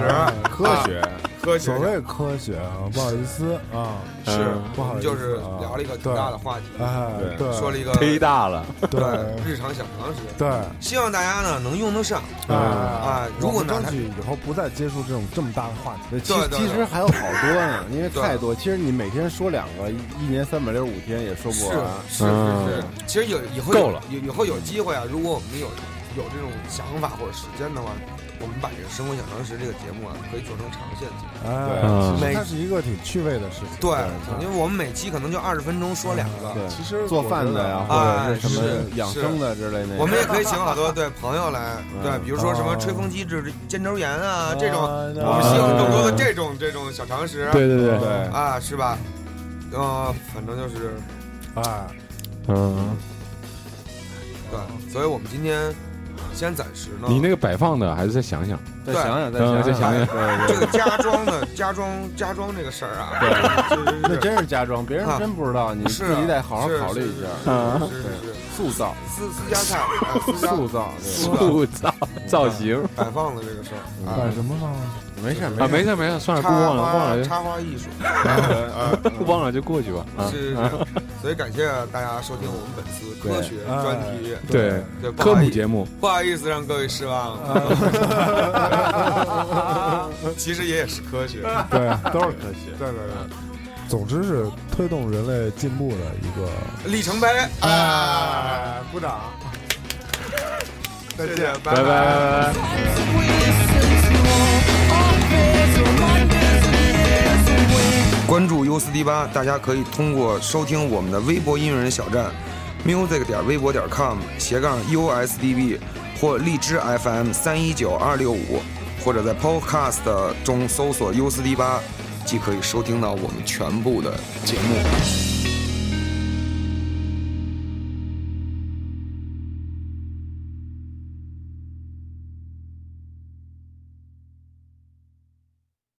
科学
啊科学
所谓科学啊，不好意思啊，
是
嗯
不好意思啊
就是聊了一个挺大的话题，
哎，
对
对，
说了一个
忒大了，
对
日常小常识，
对，
希望大家呢能用得上。
哎
啊如果
我们
哪
争
怕
取以后不再接触这种这么大的话题，
对其
对对
其
对
实还有好多呢，因为
对
太多。其实你每天说两个，一一年三百六十五天也说不
是
完。
是
嗯
是是，其实有以后
够
有
了
以以后有机会啊，如果我们有有这种想法或者时间的话，我们把这个《生活小常识》这个节目啊，可以做成长线节目。
哎，
嗯
其实它是一个挺趣味的事情，
对，因为我们每期可能就二十分钟说两个，
对，
其实
做饭的
啊
呀，
我觉得
或者是什
哎
么
是
养生的之类的。
我们也可以请好多对朋友来，对，比如说什么吹风机治肩周炎啊这种，我们希望更多的这种这种小常识，
啊对对对，
对，
啊，是吧？呃，反正就是
啊，
嗯，
对，所以我们今天先暂时呢，
你那个摆放的还是再想想，
再
对
想想，再
嗯再
想
想想
对
这
对
个家装的家装家装这个事儿啊，
对， <laughs> 那
对，
真是家装，别人
啊
真不知道，你
是
自己得好好
是
考虑一
是
下。
啊
是是是是，
塑造，
私私家菜，啊私家
塑造，对
<laughs>
塑造
塑造造型
摆放的这个事儿啊
摆什么呢？
没事儿
啊，
没事
没事没事，算了，
插
不哎忘了忘
花
了就
插花艺术，
<laughs> 忘了就过去吧，啊，
是是是，所以感谢大家收听我们本次科学专题，
对，
对，不
科
好
普
意
节目，啊
不好意思让各位失望，
啊 <laughs>
其实也也是科
<laughs>
学，
对，都是
科学。
对对对，
总之是推动人类进步的一个。
里程碑啊，
哎，鼓掌！
再见，拜
拜拜拜拜。拜。
关注 U 四 D 八，大家可以通过收听我们的微博音乐人小站，music 点微博点 com 斜杠 USDB 或荔枝 FM 三一九二六五，或者在 Podcast 中搜索 U 四 D 八，即可以收听到我们全部的节目。